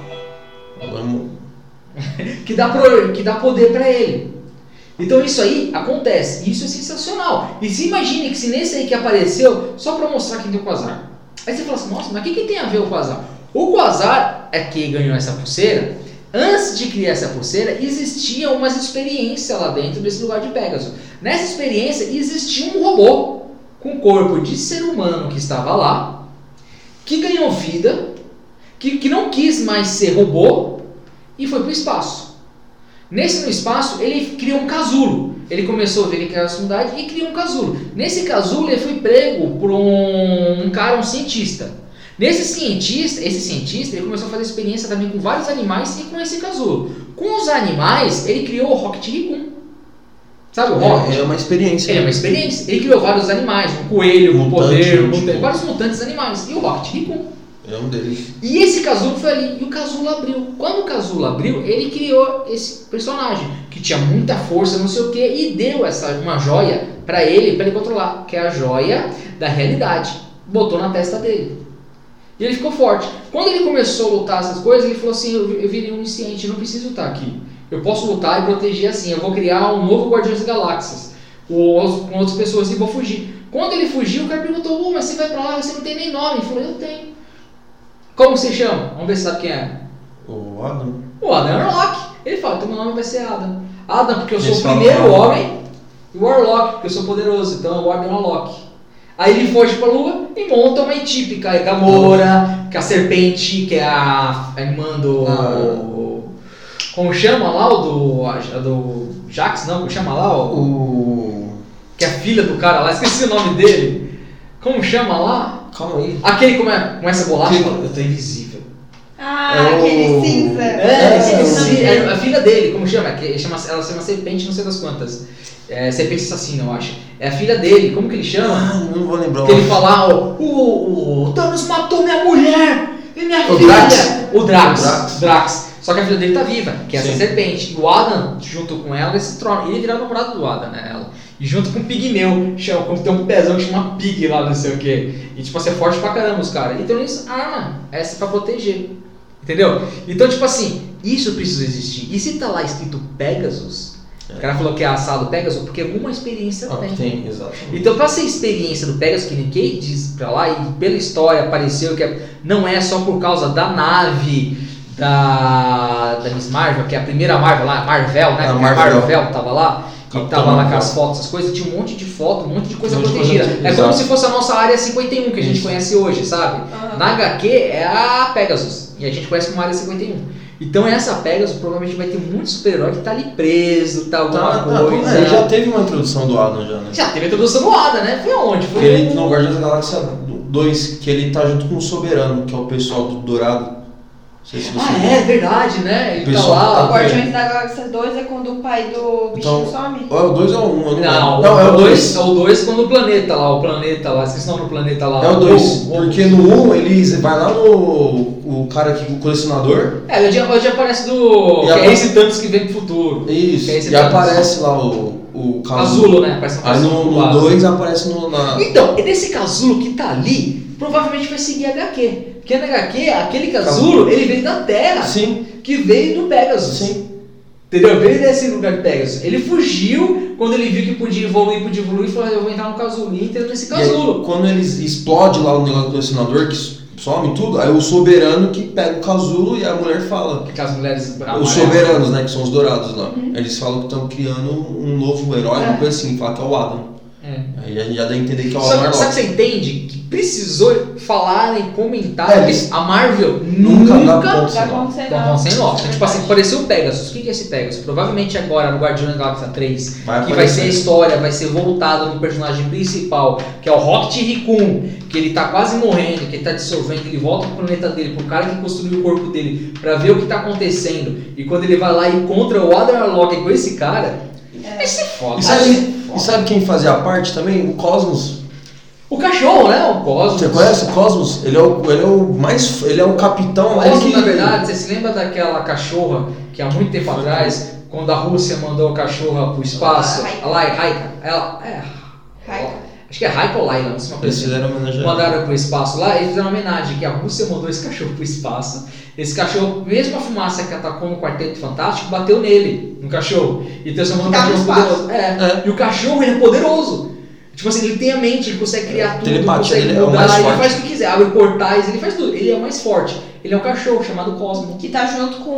Agora mo- que dá, pro- que dá poder pra ele. Então isso aí acontece, isso é sensacional. E se imagine que se nesse aí que apareceu, só pra mostrar quem tem o Quasar. Aí você fala assim, nossa, mas o que, que tem a ver o Quasar? O Quasar é quem ganhou essa pulseira. Antes de criar essa pulseira, existia uma experiência lá dentro desse lugar de Pegasus. Nessa experiência existia um robô com corpo de ser humano que estava lá, que ganhou vida, que, que não quis mais ser robô, e foi para o espaço. Nesse no espaço, ele criou um casulo. Ele começou a ver que era a sumidade e criou um casulo. Nesse casulo, ele foi prego por um, um cara, um cientista. Nesse cientista, esse cientista, ele começou a fazer experiência também com vários animais e com esse casulo. Com os animais, ele criou o Rocket Raccoon. Sabe o Rocket? É, é uma experiência. Ele é uma experiência. Ele criou vários animais, um coelho, um Mutante, poder, um tipo. mutante, vários mutantes animais. E o Rocket Raccoon. É um deles. E esse casulo foi ali, e o casulo abriu. Quando o casulo abriu, ele criou esse personagem, que tinha muita força, não sei o que, e deu essa uma joia pra ele, pra ele controlar, que é a joia da realidade. Botou na testa dele. E ele ficou forte. Quando ele começou a lutar essas coisas, ele falou assim: Eu, eu virei onisciente, eu não preciso estar aqui. Eu posso lutar e proteger assim. Eu vou criar um novo Guardiões das Galáxias ou, aos- com outras pessoas e vou fugir. Quando ele fugiu, o cara perguntou: "Ô, Mas você vai pra lá, você não tem nem nome. Ele falou: Eu tenho. Como se chama? Vamos ver se sabe quem é. O Adam. O Adam Warlock. Ele fala, então meu nome vai ser Adam. Adam, porque eu sou Eles o falam primeiro Adam. homem. E Warlock, porque eu sou poderoso. Então é o Adam Warlock. Aí ele foge pra lua e monta uma equipe com a Gamora, com a Serpente, que é a, a irmã do... Ah. Como chama lá o do... a- do Jax, não, como chama lá o... O. Que é a filha do cara lá, esqueci o nome dele. Como chama lá? Calma aí. [COUGHS] Aquele como é, com essa bolacha? Que- eu tô invisível. Ah, É o- aquele cinza. É, Essa sim, eu sim, vi. é, a filha dele, como chama? Que chama ela chama serpente, não sei das quantas. É, serpente assassina, eu acho. É a filha dele, como que ele chama? Ah, não vou lembrar. Que ele fala, ó, o, o, o Thanos matou minha mulher e minha O filha. Drax. O Drax. O Drax. Drax. Só que a filha dele tá viva, que é essa Sim. serpente. E o Adam, junto com ela, esse trono. Ele virar o namorado do Adam, né? Ela. E junto com o Pigmeu, chama, como tem um pezão que chama Pig lá, não sei o quê. E tipo assim, é forte pra caramba os caras. Então eles arma essa pra proteger. Entendeu? Então, tipo assim, isso precisa existir. E se tá lá escrito Pegasus, o cara falou que é assado Pegasus, porque alguma experiência Ah, tem. tem, exatamente. Então, pra ser experiência do Pegasus, que ninguém diz pra lá, e pela história apareceu que é- não é só por causa da nave da, da Miss Marvel, que é a primeira Marvel lá, Marvel, né? Ah, Porque a Marvel. Marvel tava lá, que Capitão tava lá com Marvel. as fotos, essas coisas, tinha um monte de foto, um monte de coisa Um monte de protegida. coisa- é como exato. se fosse a nossa área 51 que a gente Isso. conhece hoje, sabe? Aham. Na HQ é a Pegasus, e a gente conhece como Área 51. Então essa Pegasus provavelmente vai ter muito super-herói que tá ali preso, tá alguma Tá, tá, coisa. é, já teve uma introdução do Adam já, né? Já teve a introdução do Ada, né? Foi onde? Foi Ele no- no Guardiões da Galáxia 2, que ele tá junto com o Soberano, que é o pessoal do Dourado. Não sei se você Ah, é verdade, né? Ele Pessoal, tá lá. O tá Guardiões da Galáxia 2 é quando o pai do bichinho Então, some? Ou é o 2 ou é o 1? Um, Não, é o dois 2. É o 2 quando o planeta lá, o planeta lá, vocês estão no planeta lá. É o 2. Oh, oh. Porque no 1 um, ele vai lá no. O cara que. O colecionador. É, hoje, hoje aparece do. E que é agora- esse Thanos que vem pro futuro. Isso. É esse E cara. aparece lá o. O Casulo, né? Aparece um Tá. Aí casulo no voado. 2 aparece no. Na... Então, e desse casulo que tá ali, provavelmente vai seguir a HQ. Porque na HQ, aquele casulo, ele veio da Terra, Sim, que veio do Pegasus. sim. Entendeu? Veio desse lugar de Pegasus. Ele fugiu quando ele viu que podia evoluir, podia evoluir, falou: "Ah, eu vou entrar no casulo. E entrou nesse E aí, casulo. quando eles explode lá o negócio do colecionador, que some tudo, aí o Soberano que pega o casulo e a mulher fala. Porque as mulheres Os amarelas- soberanos, né? Que são os dourados lá. Eles falam que estão criando um novo herói, uma coisa assim, fala que é o Adam. É. Aí a gente já dá a entender que é o Só Adam que sabe que Warlock. você entende que precisou falar em É, comentários eles- a Marvel Nunca nunca, dá dá ponto. Vai acontecer bom sem nó. É Tipo assim, verdade. apareceu o Pegasus. O que que é esse Pegasus? Provavelmente agora no Guardiões da Galáxia 3 Vai que vai aparecer. ser a história, vai ser voltado no personagem principal, que é o Rocket Raccoon, que ele tá quase morrendo, que ele tá dissolvendo, ele volta pro planeta dele, pro cara que construiu o corpo dele, pra ver o que tá acontecendo. E quando ele vai lá e encontra o Adam Warlock com esse cara, é, Isso é foda. E isso é sabe, foda. e sabe quem fazia parte também? O Cosmos. O cachorro, né? O Cosmos. Você conhece o Cosmos? Ele é o, ele é o mais. Ele é o capitão. Mas, ele que- na verdade, você se lembra daquela cachorra que há muito tempo atrás, quando a Rússia mandou a cachorra pro espaço? Ah, Laika. A Lai, Raika. Ela, é, Raika. Acho que é Raika ou Laila, não sei uma coisa Eles assim. fizeram homenagem. a- Mandaram pro espaço lá e fizeram uma homenagem que a Rússia mandou esse cachorro pro espaço. Esse cachorro, mesmo a fumaça que atacou no Quarteto Fantástico, bateu nele, no cachorro. Então, E transformou no Tá no cachorro espaço. poderoso. É. E o cachorro, ele é poderoso. Tipo assim, ele tem a mente, ele consegue criar tudo, Telepatia, consegue ele é o mudar, mais ele forte. faz o que quiser, abre portais, ele faz tudo. Ele é o mais forte. Ele é um cachorro chamado Cosmo. Que tá junto com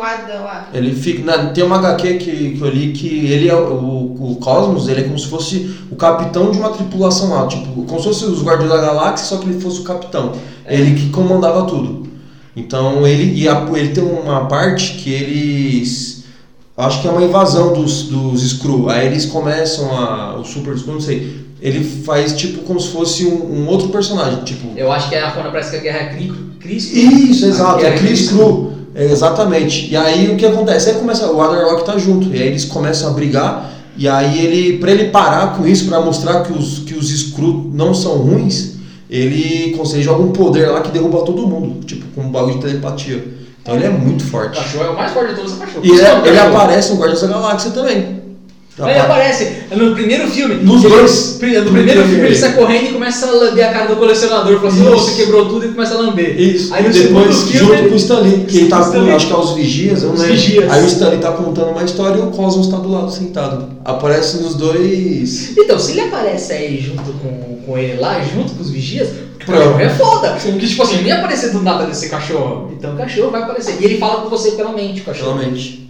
o Adão lá. Ele fica. na- tem uma HQ que, que eu li que ele é o, o Cosmos, ele é como se fosse o capitão de uma tripulação lá, tipo, como se fosse os Guardiões da Galáxia, só que ele fosse o capitão. Ele que comandava tudo. Então ele e a- ele tem uma parte que eles acho que é uma invasão dos dos Skrull. Aí eles começam a o Super Skrull, não sei. Ele faz tipo como se fosse um, um outro personagem, tipo Eu acho que é quando aparece que a guerra é Cri- Cristo. isso, exato. A É guerra Chris Cru. É, exatamente. E aí o que acontece? Aí começa, o Waterlock tá junto. E aí eles começam a brigar. E aí ele, pra ele parar com isso, pra mostrar que os, que os Skrull não são ruins, ele consegue joga um poder lá que derruba todo mundo. Tipo, com um bagulho de telepatia. Então ele é muito O forte. cachorro é o mais forte de todos os cachorros. E ele, é, Não, ele cachorro. aparece no Guardiões da Galáxia também. Aí aparece no primeiro filme. Tá Nos ele- é dois. pri- No primeiro filme No ele primeiro. sai correndo e começa a lamber a cara do colecionador. Fala assim, Isso. "Ô, você quebrou tudo e começa a lamber. Isso. Aí no depois, segundo junto filme- né? com o Stanley, que ele tá Stan Lee. com, acho que é os vigias, eu não Os lembro. vigias. Aí o Stanley tá contando uma história e o Cosmos tá do lado sentado. Aparece nos dois. Então, se ele aparece aí junto com, com ele lá, junto com os vigias, o Pronto. cachorro é foda. Porque, tipo assim, ele não ia aparecer do nada desse cachorro. Então o cachorro vai aparecer. E ele fala com você pela mente, o cachorro. Realmente.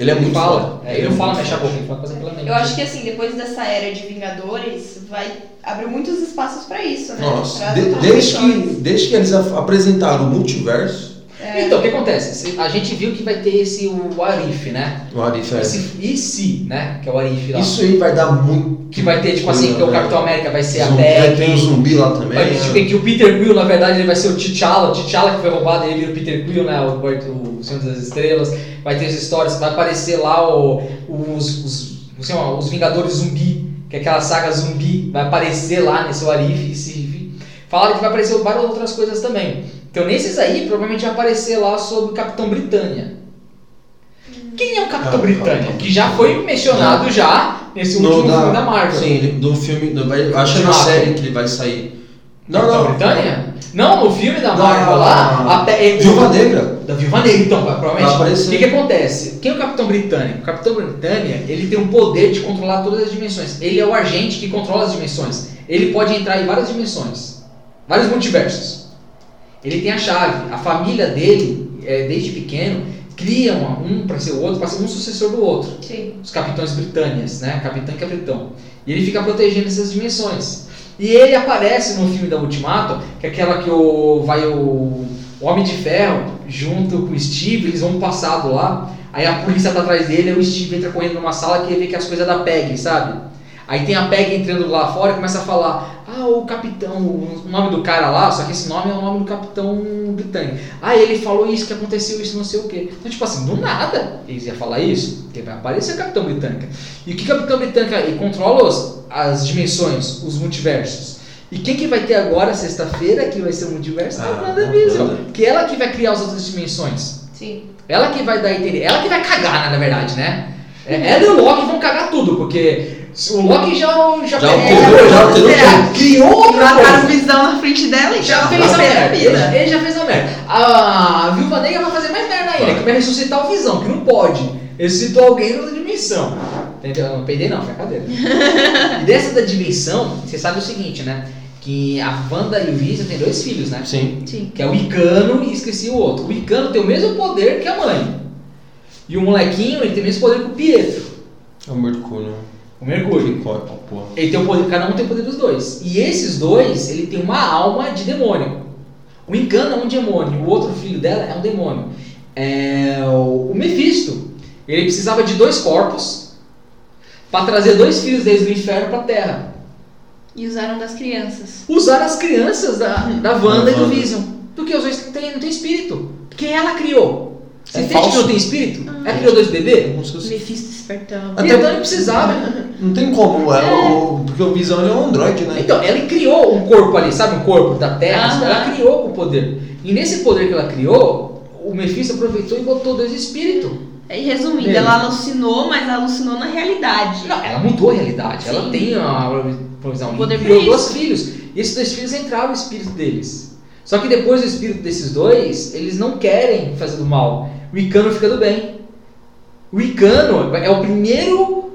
Ele é muito fala. foda. É, ele não fala muito mexer a foda. boca, ele fala coisa pela mente. Eu acho que assim, depois dessa era de Vingadores, vai abrir muitos espaços pra isso, né? Nossa, Pra de- outras desde, que, versões. desde que eles a- apresentaram o multiverso, é- Então, o que acontece? A gente viu que vai ter esse o Arif, né? o Arif é- Esse e se, né? Que é o Arif lá. Isso aí vai dar muito. Que vai ter, tipo assim, que o Capitão América vai ser a zumbi, Peg. aí tem o zumbi lá também. Vai, um né? tipo, é que o Peter Quill, na verdade, ele vai ser o T'Challa, o T'Challa que foi roubado, ele vira o Peter Quill, né, o, o, o Senhor das Estrelas, vai ter as histórias, vai aparecer lá o, os, os, não sei lá, os Vingadores Zumbi, que é aquela saga zumbi, vai aparecer lá nesse Warif, esse Falaram que vai aparecer várias outras coisas também. Então nesses aí, provavelmente vai aparecer lá sobre o Capitão Britânia. Quem é o Capitão Ah, o Britânia? Capitão. Que já foi mencionado já nesse No último filme da Marvel. Sim, ele- do filme. do- vai- acho que é na Ultimato. série que ele vai sair. Não, Capitão não. tá Britânia? Não, o filme da Não, Marvel não, não, lá. não. a pe- é- Viúva Negra. Da Viúva Negra, então, vai- provavelmente. Vai aparecer. O que, que acontece? Quem é o Capitão Britânico? O Capitão Britânia, ele tem o poder de controlar todas as dimensões. Ele é o agente que controla as dimensões. Ele pode entrar em várias dimensões. Vários multiversos. Ele tem a chave. A família dele, é, desde pequeno, cria um para ser o outro, para ser um sucessor do outro Sim. os capitães britânias, né? Capitão e capitão. E ele fica protegendo essas dimensões. E ele aparece no filme da Ultimato, que é aquela que o, vai o Homem de Ferro junto com o Steve, eles vão passado lá. Aí a polícia tá atrás dele, aí o Steve entra correndo numa sala que ele vê que é as coisas da PEG, sabe? Aí tem a PEG entrando lá fora e começa a falar: Ah, o capitão, o nome do cara lá, só que esse nome é o nome do capitão britânico. Ah, ele falou isso, que aconteceu isso, não sei o quê. Então, tipo assim, do nada eles iam falar isso, porque vai aparecer o capitão britânica. E o que o capitão britânica ele controla os- as dimensões, os multiversos. E quem que vai ter agora, sexta-feira, que vai ser o multiverso? Ah, a WandaVision. Wanda. Que é ela que vai criar as outras dimensões. Sim. Ela que vai dar a entender. Ela que vai cagar, né, na verdade, né? É, Ela e o Loki vão cagar tudo, porque se o Loki já. Já, Já pegou- alterou, já alterou já Criou outra Mataram coisa. visão na frente dela e Já ela fez fez a a merda. Ele, vida. ele já fez a merda. A Viúva Negra vai fazer mais merda ainda, Vai. que vai ressuscitar o Visão, que não pode. Ressuscitou alguém na outra dimensão. Entendeu? Não peidei não, foi a cadeira. e dessa da dimensão, você sabe o seguinte, né? Que a Wanda e o Vision têm dois filhos, né? Sim. Sim. que é o Icano e esqueci o outro. O Icano tem o mesmo poder que a mãe. E o molequinho, ele tem o mesmo poder que o Pietro, É o Mercúrio. o Mercúrio. Corta, porra. Ele tem o poder, cada um tem o poder dos dois. E esses dois, ele tem uma alma de demônio. O Icano é um demônio, o outro filho dela é um demônio. É, o o Mephisto, ele precisava de dois corpos para trazer dois filhos deles do inferno para a Terra. E usaram das crianças. Usar as crianças da, da Wanda e do Wanda. Vision. Porque os dois têm- não tem espírito. Porque ela criou. Se É Fiat falso. não tem espírito? É que criou dois bebês? Como se fosse- Mephisto espertão. Até- É. Então ele precisava. Não tem como, é, o- porque o Visão ele é um androide, né? Então, ela criou um corpo ali, sabe? Um corpo da Terra. Aham. Ela criou com o poder. E nesse poder que ela criou, o Mephisto aproveitou e botou dois espíritos. E resumindo, Beleza. ela alucinou, mas alucinou na realidade. Não, ela mudou a realidade. Ela Sim. tem a provisão. O poder E criou pra dois filhos. E esses dois filhos entraram no espírito deles. Só que depois do espírito desses dois, eles não querem fazer do mal. O Icano fica do bem. O Icano é o primeiro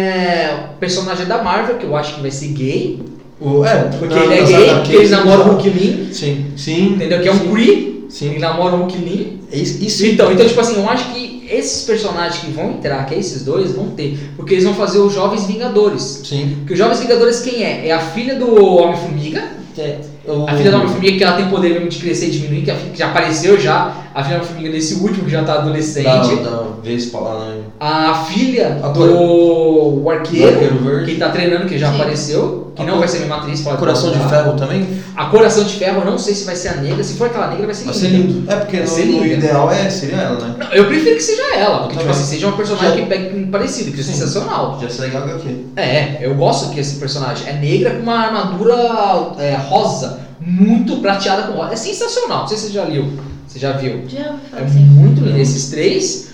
é, personagem da Marvel, que eu acho que vai ser gay. O- é, Porque na- ele é nas gay, HQs porque eles namoram o não- Hulk Lin. Sim, sim. Entendeu? Que é um sim, Cree. Sim. Ele namora o Hulk Lin. É Isso, isso- Então, então, tipo assim, eu acho que esses personagens que vão entrar, que é esses dois, vão ter. Porque eles vão fazer os Jovens Vingadores. Sim. Que os Jovens Vingadores quem é? É a filha do Homem-Formiga. É, o- A filha do Homem-Formiga que ela tem poder mesmo de crescer e diminuir, que, a filha, que já apareceu já. A filha do Homem-Formiga desse último que já tá adolescente. Da, da Vespa lá, né? A filha A do Arqueiro, Arqueiro Verde. que tá treinando, que já Sim. apareceu. Que A não cor- vai ser minha matriz. fala Coração de lá. Ferro também? A Coração de Ferro, eu não sei se vai ser a negra. Se for aquela negra, vai ser Vai ser linda. lindo. É porque Vai no, ser no lindo. ideal é, seria ela, né? Não, eu prefiro que seja ela, porque Eu tipo também. assim, seja uma personagem Já- que pegue parecido, que é Sim. sensacional. Já seria legal aqui. É, eu gosto que esse personagem é negra com uma armadura é, rosa, muito prateada com rosa. É sensacional, não sei se você já liu, você já viu. Já ouvi É falar assim. muito lindo. Esses três.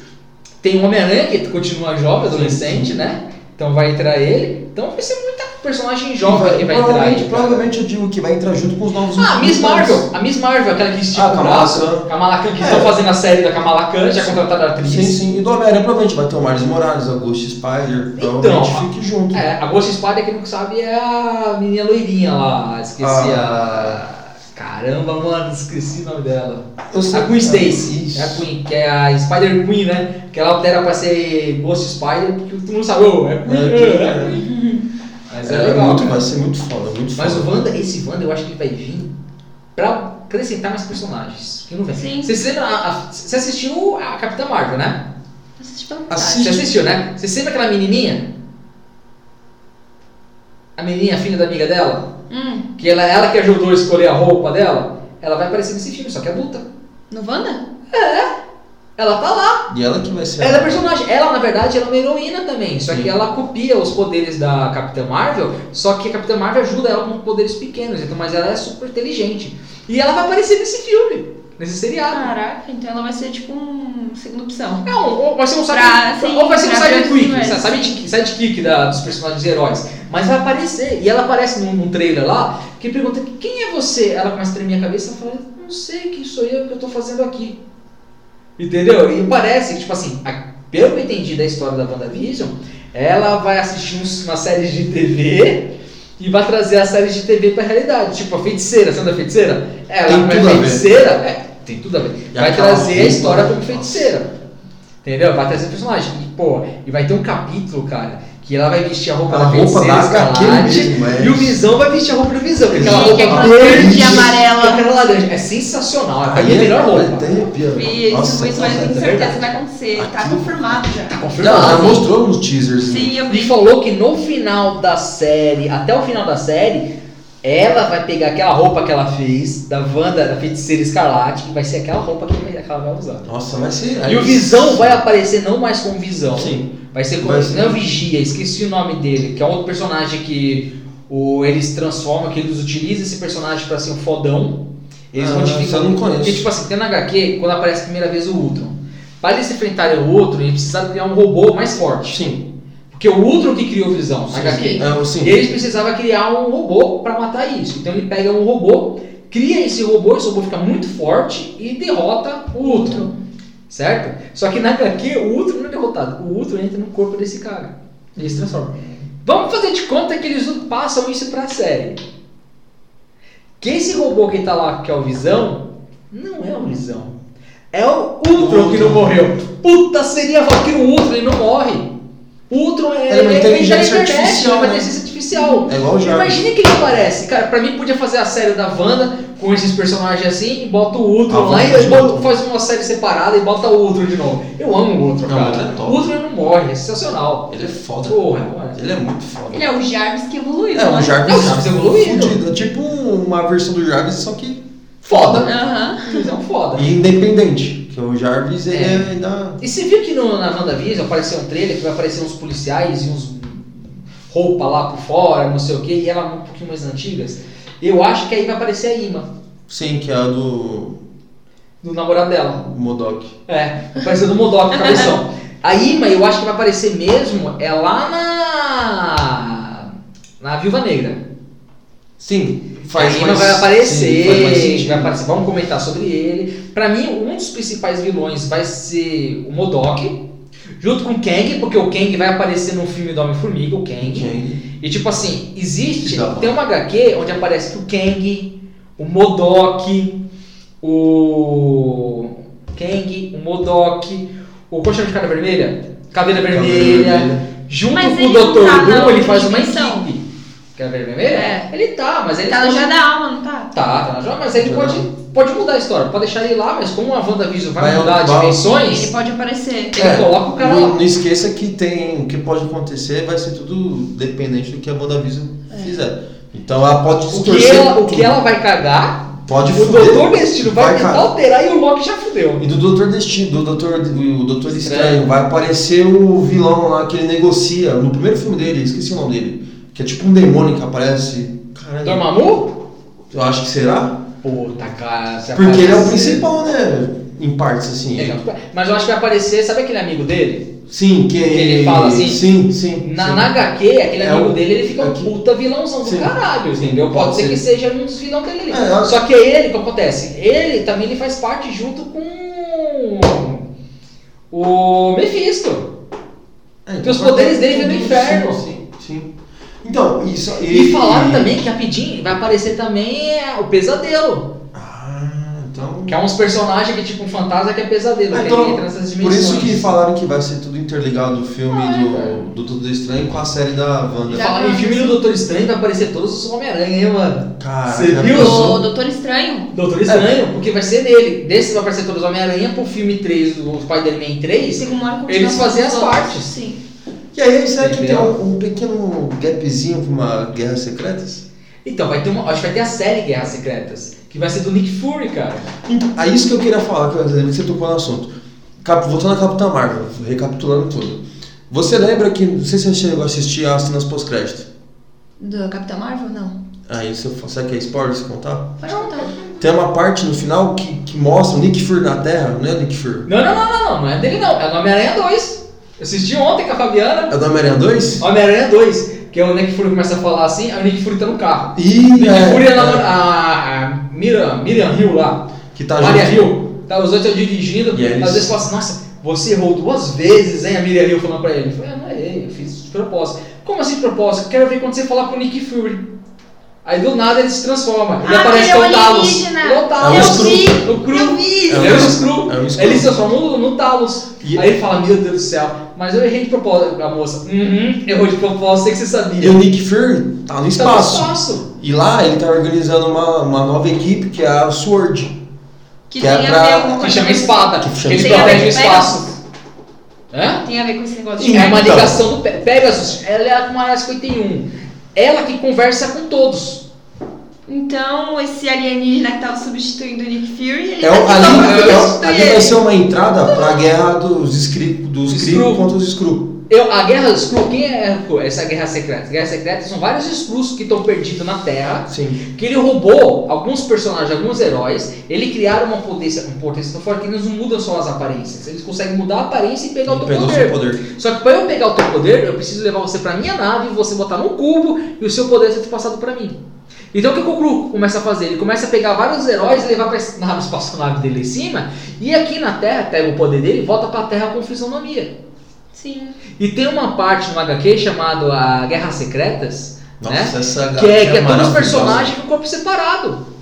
Tem o Homem-Aranha, que continua jovem, adolescente, né? Então vai entrar ele. Então vai ser muita personagem jovem que vai entrar provavelmente, aí. cara. provavelmente eu digo que vai entrar junto com os novos Ah, a Miss mutantes. Marvel! A Miss Marvel, aquela que estica Ah, o Kamala braço. Khan. Kamala Khan, que É. estão fazendo a série da Kamala Khan, já contratada a atriz. Sim, sim. E do Homem-Aranha provavelmente vai ter o Miles Morales, a Ghost Spider. Então, provavelmente a- fique junto. É, a Ghost Spider, quem não sabe, é a menina loirinha lá. Esqueci Ah. a. Caramba, mano, esqueci o nome dela. Eu sei- A Queen é, Stacy. isso. É a Queen, que é a Spider Queen, né? Que ela altera pra ser Ghost Spider, porque todo mundo sabe, ô, é Queen, É, é, é. Queen. Mas é, É, legal. muito, cara. vai ser muito foda, muito Mas foda. o Wanda, esse Wanda, eu acho que ele vai vir pra acrescentar mais personagens. Que não vem. Sim. Você se lembra? a- a- Você assistiu a Capitã Marvel, né? Assisti pela Assi- Você assistiu, né? Você se lembra aquela menininha? A menininha, a filha da amiga dela? metade. Hum, Que ela, ela que ajudou a escolher a roupa dela? Ela vai aparecer nesse filme, só que adulta. no Wanda? Ela tá lá. E ela que vai ser. Ela é personagem. Ela, na verdade, ela é uma heroína também. Só que Sim. ela copia os poderes da Capitã Marvel. Só que a Capitã Marvel ajuda ela com poderes pequenos. Então, mas ela é super inteligente. E ela vai aparecer nesse filme, nesse seriado. Caraca, então ela vai ser tipo um segunda opção. É um, ou vai ser um side, Pra- sim, ou vai ser um pra sidekick, aproximar. sabe? Sidekick sidekick da- dos personagens heróis. Mas vai aparecer. E ela aparece num, num trailer lá, que pergunta quem é você? Ela começa a tremer a cabeça e fala, não sei quem sou eu, o que eu tô fazendo aqui. Entendeu? E parece que, tipo assim, a- pelo que eu entendi da história da WandaVision, ela vai assistir uns, uma série de TV e vai trazer a série de TV pra realidade. Tipo, a feiticeira, sabe a feiticeira? Ela Tem vai tudo a ver. feiticeira. É, tem tudo a ver. E vai aquela trazer a roupa, história como nossa. feiticeira. Entendeu? Vai trazer o personagem. E, pô, e vai ter um capítulo, cara, que ela vai vestir a roupa a da roupa feiticeira da HQ Escarlate, mesmo, é. E o Visão vai vestir a roupa do Visão. que é Aquela Gente, roupa é aquela verde verde e amarela. com Aquela laranja. É sensacional. É pra Aí mim a é- melhor aí roupa. tem arrepio. E isso, Nossa, isso vai nossa, com é certeza verdade. vai acontecer. Tá Aquilo- confirmado já. Confirmado. Ela já mostrou nos teasers. né? Sim, eu E vi. falou que no final da série, até o final da série, ela vai pegar aquela roupa que ela fez da Wanda, da feiticeira escarlate, que vai ser aquela roupa que vai- que ela vai usar. Nossa, vai ser. E aí- o Visão vai aparecer não mais com Visão. Sim. Vai ser como. Vai ser. Não é o Vigia, esqueci o nome dele, que é outro personagem que o, eles transformam, que eles utilizam esse personagem pra ser um fodão. Eles Ah, isso modificam. eu não conheço. Porque, tipo assim, tem na HQ, quando aparece a primeira vez o Ultron. Para eles enfrentarem o Ultron, eles precisaram criar um robô mais forte. Sim. Porque o Ultron que criou o Visão, na Sim, HQ. sim. É, sim. E assim, eles precisavam criar um robô pra matar isso. Então ele pega um robô, cria esse robô, esse robô fica muito forte e derrota o Ultron. Certo? Só que na HQ o Ultron não é derrotado. O Ultron entra no corpo desse cara. Ele se transforma. Vamos fazer de conta que eles passam isso pra série. Que esse robô que tá lá, que é o Visão, não é o Visão. É o Ultron que não morreu. Puta, seria foda que o Ultron ele não morre. O Ultron é, Ele é ele- uma ele tá na inteligência internet, artificial, é uma né? inteligência artificial. É igual o Jarvis. Imagina que ele aparece. Cara, pra mim podia fazer a série da Wanda com esses personagens assim, e bota o Ultron A lá Wanda é e de bota- novo. faz uma série separada e bota o Ultron de novo. Eu amo o Ultron, Não, cara. o Ultron é top. o Ultron não morre, é sensacional. Ele é foda. Porra, mano. Ele é muito foda. Ele é o Jarvis que evoluiu. É, né? um Jarvis. Não, você evoluiu. fudido. É tipo uma versão do Jarvis, só que Foda. Aham. Visão foda. e independente. Porque o Jarvis, ele É. é. ainda. E você viu que no, na WandaVision apareceu um trailer que vai aparecer uns policiais e uns roupa lá por fora, não sei o que, e ela um pouquinho mais antigas? Eu acho que aí vai aparecer a Ima, Sim, que é a do do namorado dela. Modok. É, apareceu do Modok, cabeção. A Ima, eu acho que vai aparecer mesmo, é lá na. na Viúva Negra. Sim, a faz Ima mais, vai aparecer, sim, faz mais sentido. vai aparecer, vamos comentar sobre ele. Pra mim, um dos principais vilões vai ser o Modok, junto com o Kang, porque o Kang vai aparecer no filme do Homem-Formiga, o Kang. Gente, E tipo assim, existe, Dá bom. tem uma HQ onde aparece o Kang, o Modok, o Kang, o Modok, o como chama de cara vermelha? Caveira vermelha, junto Mas com ele o não Dr. tá na Doom, ele faz uma dimensão. equipe. Caveira vermelha? É. Ele tá, mas ele Tá no pode- Dia da Alma, não tá? Tá, tá na joia, mas ele Já pode, pode mudar a história, pode deixar ele lá, mas como a WandaVision vai, Vai mudar mudar. Ele dimensões, pode É, aparecer. ele coloca o cara não, lá. não esqueça que tem o que pode acontecer vai ser tudo dependente do que a WandaVision fizer. Então ela pode É. O que, distorcer. ela, o tudo. que ela vai cagar, pode o fuder. Doutor Destino vai, tentar cagar. alterar e o Loki já fudeu. E do Doutor Destino, do Doutor, o Doutor Estranho. Estranho. vai aparecer o vilão lá que ele negocia no primeiro filme dele, esqueci o nome dele, que é tipo um demônio que aparece. Caralho. Dormammu? Eu acho que será? Puta, cara. se Porque ele é o aparecer- principal, né? Em partes, assim. Ele é o- Mas eu acho que vai aparecer, sabe aquele amigo dele? Sim, que ele fala assim, Sim, sim. Na, sim. na HQ, aquele É amigo o- dele, ele fica um aqui. puta vilãozão do Sim. caralho, entendeu? Pode, Pode ser, ser. que seja um dos vilões dele. É, eu- Só que é ele, o que acontece? Ele também ele faz parte junto com o Mephisto. É, então Porque os vai poderes ter dele vêm do tudo, inferno. Sim, sim. sim. Então, isso. E, falaram também que rapidinho vai aparecer também é, o Pesadelo. Ah, então. Que é uns personagens que tipo um fantasma que é pesadelo, Ah, que então, ele entra nessas Por dimensões. isso que falaram que vai ser tudo interligado o filme Ah, é, cara. do, do Doutor Estranho com a série da Wanda. Já Falaram, em filme do Doutor Estranho vai aparecer todos os Homem-Aranha, hein, mano? Cara, Você já viu? pensou? O Doutor Estranho? Doutor Estranho, É. porque vai ser dele. Desse vai aparecer todos os Homem-Aranha pro filme 3, do Spider-Man 3. Segundo Marco Eles continua faziam as com os outros. partes. Sim. E aí, será que tem Entendeu? um, um pequeno gapzinho pra uma Guerra Secretas? Então, vai ter uma, acho que vai ter a série Guerras Secretas, que vai ser do Nick Fury, cara. Então, é isso que eu queria falar, que você tocou no assunto. Cap, voltando a Capitã Marvel, recapitulando tudo. Você lembra que, não sei se você chegou a assistir as cenas pós-crédito. Do Capitão Marvel? Não. Aí, você, será que é spoiler se contar? Pode contar. Tem uma parte no final que, que mostra o Nick Fury na Terra, não é o Nick Fury? Não, não, não, não, não, não é dele não. É do Homem-Aranha 2. Eu assisti ontem com a Fabiana. É o do Homem-Aranha 2? Homem-Aranha 2, que é o Nick Fury começa a falar assim, aí o Nick Fury tá no carro. E, O Nick é, Fury é é, namora- a, a Miriam, Miriam Hill lá. que tá Maria junto. Hill. Tá, os dois estão dirigindo. E é eles- Às vezes fala assim, nossa, você errou duas vezes, hein? A Miriam Hill falando pra ele. Eu falei, ah, não errei, eu fiz de propósito. Como assim de propósito? Quero ver quando você falar com o Nick Fury. Aí do nada ele se transforma. Ele Ah, aparece ele é com o Talos. alienígena. Ele é o É um Talos. Skrull. vi! O Cru. Eu vi! É um Ele é o Skrull. Screw. É um Skrull. Ele se transformou no, no Talos. E- Aí ele fala, meu Deus do céu, mas eu errei de propósito. A moça, uhum, errou de propósito, sei que você E sabia. o Nick Fury tá no Tá no espaço. espaço. E lá ele tá organizando uma, uma nova equipe que é a Sword. Que Que, tem é a pra- ver com... Que chama espada. Que chama Ele protege o espada. Tem a ver com espaço. Hã? Tem a ver com esse negócio Sim. de... É uma Então. ligação do Pe- Pegasus. Ela é a com a área 51. Ela que conversa com todos. Então, esse alienígena que tava substituindo o Nick Fury, ele É, tá o- aqui ali, só pra é o- substituir ali vai ele. ser uma entrada pra guerra dos Skrull dos Skrull. Kree contra os Skrull. Eu, a guerra dos Skrull, quem é essa guerra secreta? Guerra secreta são vários Skrulls que estão perdidos na Terra. Sim. Que ele roubou alguns personagens, alguns heróis. Ele criaram uma potência, uma potência tão forte que eles não mudam só as aparências. Eles conseguem mudar a aparência e pegar o Ele teu pegou Então, poder. seu poder. Só que pra eu pegar o teu poder, eu preciso levar você pra minha nave, você botar no cubo e o seu poder ser passado pra mim. Então o que o Kuklu começa a fazer? Ele começa a pegar vários heróis e levar pra esse- na espaçonave dele lá em cima, e aqui na Terra pega o poder dele e volta pra Terra com fisionomia. Sim. E tem uma parte no HQ chamado a Guerras Secretas, Nossa, né? Que essa é, galera que é todos os maravilhosa. personagens com corpo separado.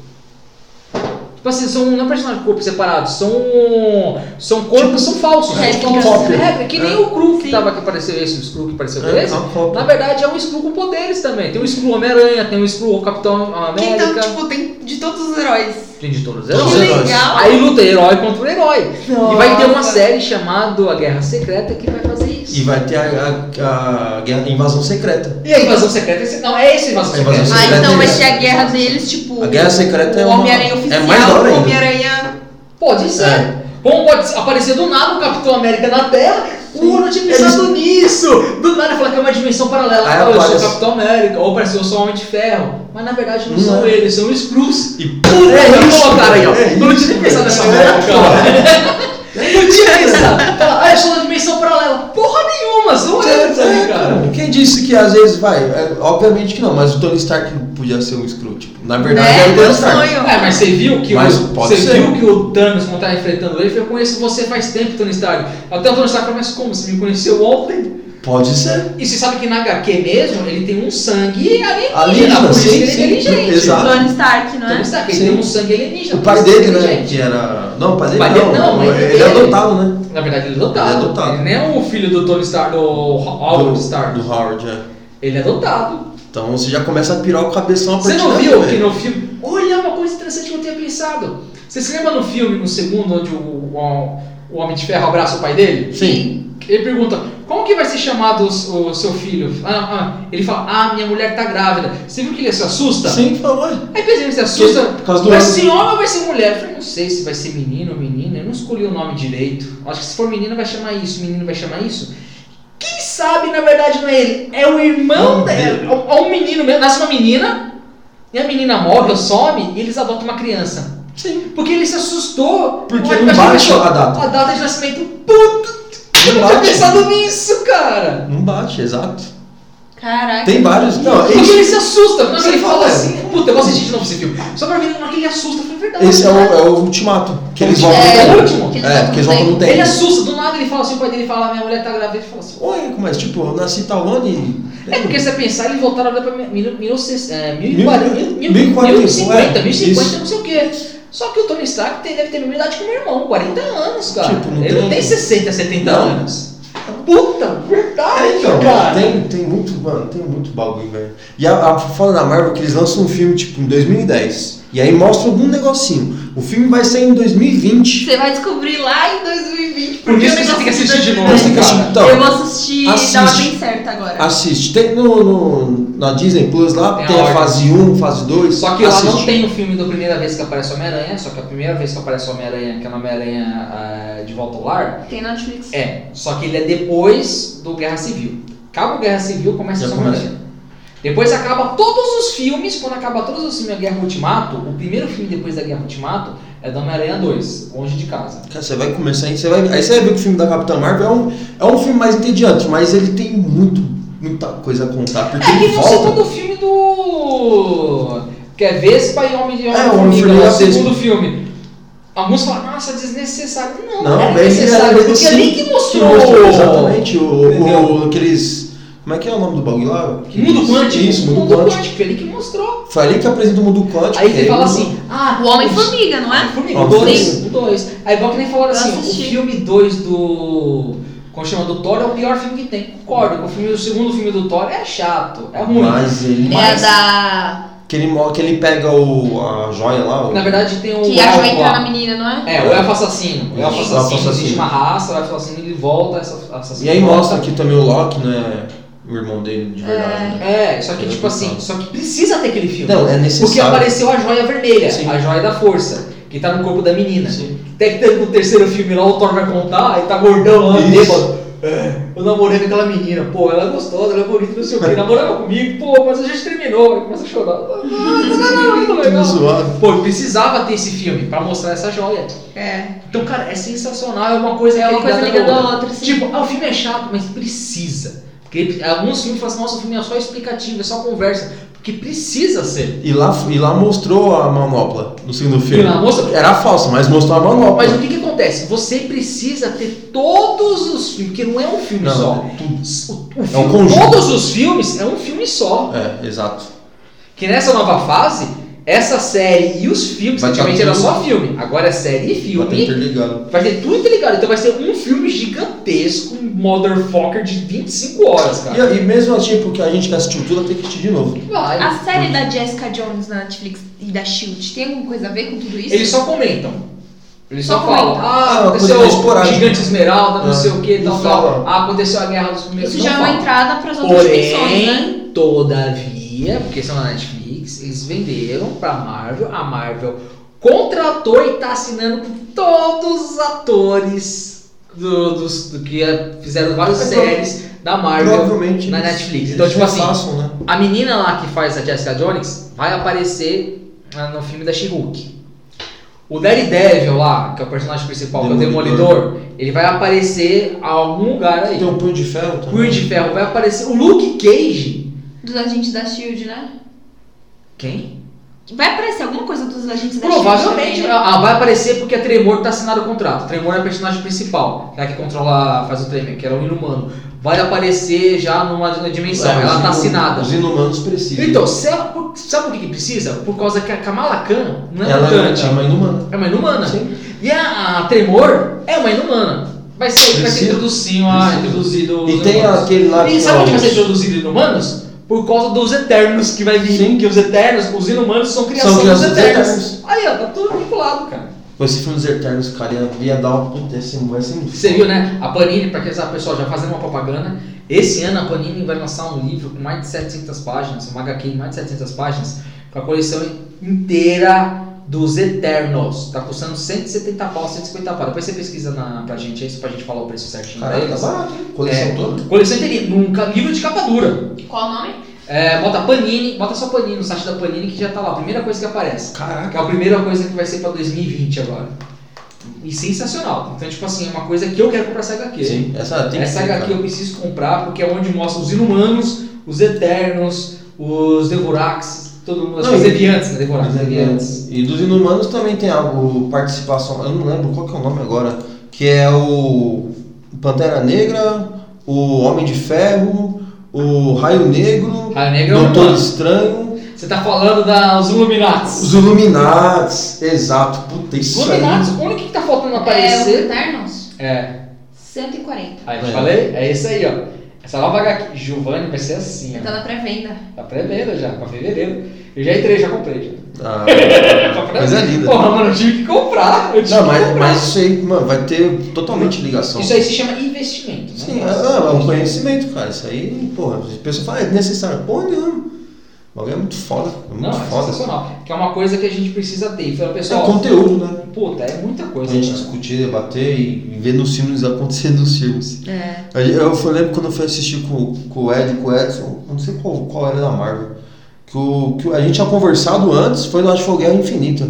Tipo assim, são, não é personagem com corpo separado, são. São corpos, são falsos. né? É, são que falsos. cópia. É, que nem É. o Cru que Sim. tava que apareceu esse, o Screw que apareceu É, esse. tá foda. Na verdade é um Screw com poderes também. Tem o Screw Homem-Aranha, tem o Screw Capitão Que América. então, tipo, tem de todos os heróis. Tem de todos os Todos que os heróis. heróis. legal. Aí luta herói contra herói. E vai ter uma Nossa. série chamada A Guerra Secreta que vai fazer isso. E vai ter a, a- a guerra- a invasão secreta. E a invasão secreta? esse- Não, é esse invasão A invasão secreta. Ah, secreta então vai é- ser a guerra deles, tipo... A guerra secreta é o uma- Homem-Aranha é oficial, mais da hora o ainda. Homem-Aranha... Pode ser. É. Como pode aparecer do nada o Capitão América na Terra? Uh, não tinha pensado nisso! Do nada fala que é uma dimensão paralela. Aí Ah, eu sou o aparece- Capitão América, ou apareceu só o um Homem de Ferro. Mas na verdade não, Não são é. eles, são os Skrulls. E É isso, cara, aí, ó. não tinha nem pensado É, nessa merda, [LAUGHS] cara. Não tinha pensado. Fala, Ah, eu sou da dimensão paralela. Porra nenhuma, são eles É, ali, cara. cara. Quem disse que às vezes vai? É, obviamente que não, mas o Tony Stark podia ser um escroto. Tipo, na verdade Né? é o Tony Meu Stark. sonho. É, mas você viu que Mas o, pode você ser. viu que o Thanos não tá enfrentando ele? Eu conheço você faz tempo, Tony Stark. Até o Tony Stark fala, mas como? Você me conheceu ontem? Pode ser. E você sabe que na HQ mesmo, ele tem um sangue alienígena. Alienígena, por isso sim, que ele sim, é inteligente. exato. Tony Stark, não é? Então, sabe, ele Sim. tem um sangue alienígena. O por pai isso que dele, ele é né? inteligente. Que era. Não, o pai dele O pai dele não. não, mas ele é ele- adotado, né? Na verdade, ele é adotado. Ele é adotado. Ele não é o filho do Tony Stark, do Howard Stark. Do Howard, é. Ele é adotado. Então você já começa a pirar o cabeção a Você partir não daí, viu que velho. no filme... Olha, é uma coisa interessante que eu tinha pensado. Você se lembra no filme, no segundo, onde o, o, o Homem de Ferro abraça o pai dele? Sim. Ele pergunta, como que vai ser chamado o, o seu filho? Ah, ah. Ele fala, ah, minha mulher tá grávida. Você viu que ele se assusta? Sim, falou, ué. Aí pensei, você assusta? Por causa do Vai ano. ser homem ou vai ser mulher? Eu falei, não sei se vai ser menino ou menina, eu não escolhi o nome direito. Acho que se for menino vai chamar isso, menino vai chamar isso. Quem sabe, na verdade, não é ele. É o irmão Não, dela. dele. É, é um menino mesmo. Nasce uma menina, e a menina morre ou some, e eles adotam uma criança. Sim. Porque ele se assustou. Porque Mas- não mas ele bate pensou, a data. A data de nascimento. Puta! Eu Não não tinha bate. pensado nisso, cara. Não bate, exato. É Caraca. Tem vários. Não, Porque esse, ele se assusta. Quando Sim, ele fala é. assim, puta, eu vou assistir de novo esse filme. Só pra ver naquele assusta. Foi verdade. esse é, o, é o ultimato. Que eles voltam É, no o tempo. último. Que eles É, voltam porque eles no voltam no tempo. tempo. Ele assusta, do nada ele fala assim, o pai dele fala, minha mulher tá grávida, ele fala assim. Oi, mas tipo, eu nasci tal ano e. É porque se você pensar, eles voltaram lá pra mil- mil- mil- é, mil e Mil- quarenta- mil- mil e quarenta, mil e cinquenta, é, mil e cinquenta, isso. não sei o quê. Só que o Tony Stark tem- deve ter a mesma idade que o meu irmão, 40 anos, cara. Tipo, não ele não tem- tem 60, 70 Não. anos. Puta, verdade, É, então, cara. tem, tem muito, mano, tem muito bagulho, velho. E a, a fala da Marvel que eles lançam um filme, tipo, em 2010. E aí mostra algum negocinho. O filme vai sair em 2020. Você vai descobrir lá em 2020. Por que o você negócio tem que assistir de novo, é Você tem que cara? assistir- Eu Então, vou assistir Assiste. da ordem certa agora. assiste. Tem no, no- na Disney Plus lá, Tem a tem, a ordem. fase 1, fase 2. Só que assiste. lá não tem o filme da primeira vez que aparece o Homem-Aranha, só que a primeira vez que aparece o Homem-Aranha, que é o Homem-Aranha ah, de volta ao lar, Tem Netflix. É, só que ele é depois do Guerra Civil. Acaba o Guerra Civil, começa Já a São começa. Homem-Aranha. Depois acaba todos os filmes, quando acaba todos os filmes da Guerra Ultimato, o primeiro filme depois da Guerra Ultimato é do Homem-Aranha 2, Longe de Casa. Cara, você vai começar aí, você vai, aí você vai ver que o filme da Capitã Marvel é um, é um filme mais entediante, mas ele tem muito, muita coisa a contar, porque É que ele no segundo volta. filme do. Que é Vespa e Homem de Homem É, o Homem Formiga, Formiga é o Vespa. segundo filme. Alguns falam, nossa, desnecessário. Não, Não, é bem, necessário, ele- porque sim, ali que mostrou. exatamente o, o, Entendeu? aqueles. Como é que é o nome do bagulho lá? Mundo quântico. Isso, mundo mundo quântico. quântico, foi ali que mostrou. Foi ali que apresenta o mundo quântico. Aí que é ele fala muda. assim, ah, O Homem-Formiga, não é? Formiga, Ó, o sim. 2. O 2. Aí igual que nem falaram Eu assim, assisti. o filme 2 do. Como chama do Thor é o pior filme que tem. Concordo. O, filme, o segundo filme do Thor é chato, é ruim. Mas ele. É a da. Que ele, mo- que ele pega o, a joia lá. o- Na verdade tem o Que a elfo joia entra na lá. menina, não é? É, o elfo assassino. O elfo Isso, o assassino, existe elfo É um assassino. uma raça, o elfo assassino ele volta, essa assassino e aí volta. mostra que também o Loki não é o irmão dele de verdade. né? É, só que tipo assim, só que precisa ter aquele filme. então. Não, é porque necessário. apareceu a joia vermelha, Sim. a joia da força, que tá no corpo da menina. Sim. Até que teve no terceiro filme lá, o Thor vai contar, e tá gordão lá, Isso. bêbado. É, eu namorei com aquela menina, pô, ela é gostosa, ela é bonita, não sei o que, namorava comigo, pô, mas a gente terminou, aí começa a chorar. Ah, Não, não, não, não, Tudo legal. zoado. Pô, precisava ter esse filme pra mostrar essa joia. É. Então, cara, é sensacional, é uma coisa É que uma coisa ligada ligada na à outra, assim. sim. Tipo, ah, o filme é chato, mas precisa. Porque alguns filmes falam assim, nossa, o filme é só explicativo, é só conversa. Porque precisa ser. E lá, e lá mostrou a manopla no segundo filme. Não, moça- Era falsa, mas mostrou a manopla. Mas o que, que acontece? Você precisa ter todos os filmes, porque não é um filme Não, só. tudo. O, o filme- conjunto. todos os filmes é um filme só. É, exato. Que nessa nova fase, essa série e os filmes, Vai antigamente estar era tudo- só filme, agora é série e Vai ter um filme. Tá interligado. Vai ter tudo interligado, então vai ser um filme gigantesco, um motherfucker de 25 horas, cara. E, e mesmo assim, porque a gente que assistiu tudo, tem que assistir de novo. Vai. A série da Jessica Jones na Netflix e da Shield tem alguma coisa a ver com tudo isso? Eles só comentam. Eles só, Só falam. comentam. Ah, Ah, aconteceu coisa esporádica. Gigante Esmeralda, não Ah, sei o que, não tal, tal. fala. Ah, aconteceu a guerra dos primeiros. Isso não já é uma fala. entrada pras outras dimensões, né? Porém, é todavia, porque são na Netflix, eles venderam pra Marvel, a Marvel contratou e tá assinando com todos os atores do, dos, do que é- fizeram várias Mas séries da Marvel. Provavelmente. na eles- Netflix. eles Então, tipo assim, refaçam, né? A menina lá que faz a Jessica Jones vai aparecer ah, no filme da She-Hulk. O Daredevil lá, que é o personagem principal, que é o Demolidor. Demolidor, ele vai aparecer em algum lugar aí. Tem um punho de O ferro também. Punho de Ferro vai aparecer. O Luke Cage. Dos agentes da Shield, né? Quem? Vai aparecer alguma coisa dos agentes da Shield. Provavelmente também, né? ah, vai aparecer porque a Tremor tá assinado o contrato. A Tremor é a personagem principal, que é a que controla, faz o Tremor, que era um inumano. Vai aparecer já numa dimensão, É, ela os tá inu- assinada. Os inumanos precisam. Então, se ela- por- sabe por que, que precisa? Por causa que a Kamala Khan não é ela mutante. é uma inumana. É uma inumana. Sim. E a, a Tremor é uma inumana. Vai ser, vai ser Precisa. introduzido, a- Precisa. introduzido os E tem inumanos. aquele lá E que sabe é onde vai os- ser introduzido inumanos? Por causa dos Eternos que vai vir. Sim. Que os Eternos, os inumanos são criação São dos criação dos eternos. Aí, ó, tá tudo vinculado, cara. Esse filme dos Eternos, cara, ia, ia dar uma puta, esse vai ser muito Você viu, né? A Panini, pra quem sabe, pessoal, já fazendo uma propaganda. Esse ano a Panini vai lançar um livro com mais de 700 páginas, um uma HQ de mais de 700 páginas, com a coleção inteira dos Eternos. Tá custando 170 pau, 150 pau. Depois você pesquisa na, pra gente aí, só pra gente falar o preço certinho Caraca, tá deles. barato, hein? Coleção É. toda. Coleção inteira, num ca- livro de capa dura. Qual o nome? É, bota Panini, bota só Panini no site da Panini que já tá lá, a primeira coisa que aparece. Que é Caraca. a primeira coisa que vai ser pra 2020 agora. E sensacional. Então, tipo assim, é uma coisa que eu quero comprar essa HQ. Sim, essa tem Essa que ser, HQ cara. eu preciso comprar porque é onde mostra os inumanos, os eternos, os devorax, todo mundo. Não, os e- deviantes, né? Devorax, Mas é que deviantes. antes. E dos inumanos também tem algo, participação, eu não lembro qual que é o nome agora, que é o Pantera Negra, o Homem de Ferro, o Raio Negro, Raio Negro é um Doutor humano. Estranho, Você tá falando dos Illuminatis. os Illuminates, exato, puta isso aí. Illuminatis, o único que tá faltando É, aparecer. os Eternos? É. 140. Aí eu É. falei, é isso aí, ó. Essa nova HQ, Giovanni, vai ser assim, Tá ó. na pré-venda. Tá pré-venda já, pra fevereiro. Eu já entrei, já comprei. Já. Ah, [LAUGHS] Tá pré- coisa linda. Porra, mano, eu tive que comprar. Eu tive Não, que mas, comprar. mas isso aí, mano, vai ter totalmente ligação. Isso aí se chama investimento. né? Sim, é, é um conhecimento, cara. Isso aí, porra, a pessoa fala, é necessário. Pô, nenhuma. O bagulho é muito foda, é muito Não, é foda. sensacional. Que é uma coisa que a gente precisa ter. E fala, É pessoal, conteúdo, né? puta, é muita A coisa. gente cara. discutir, debater e ver nos filmes acontecer nos filmes. É. A gente- Eu fui- lembro quando eu fui assistir com, com o Ed e com o Edson, eu não sei qual, qual era da Marvel, que, o, que o- a gente tinha conversado antes, foi, eu acho que foi Guerra Infinita.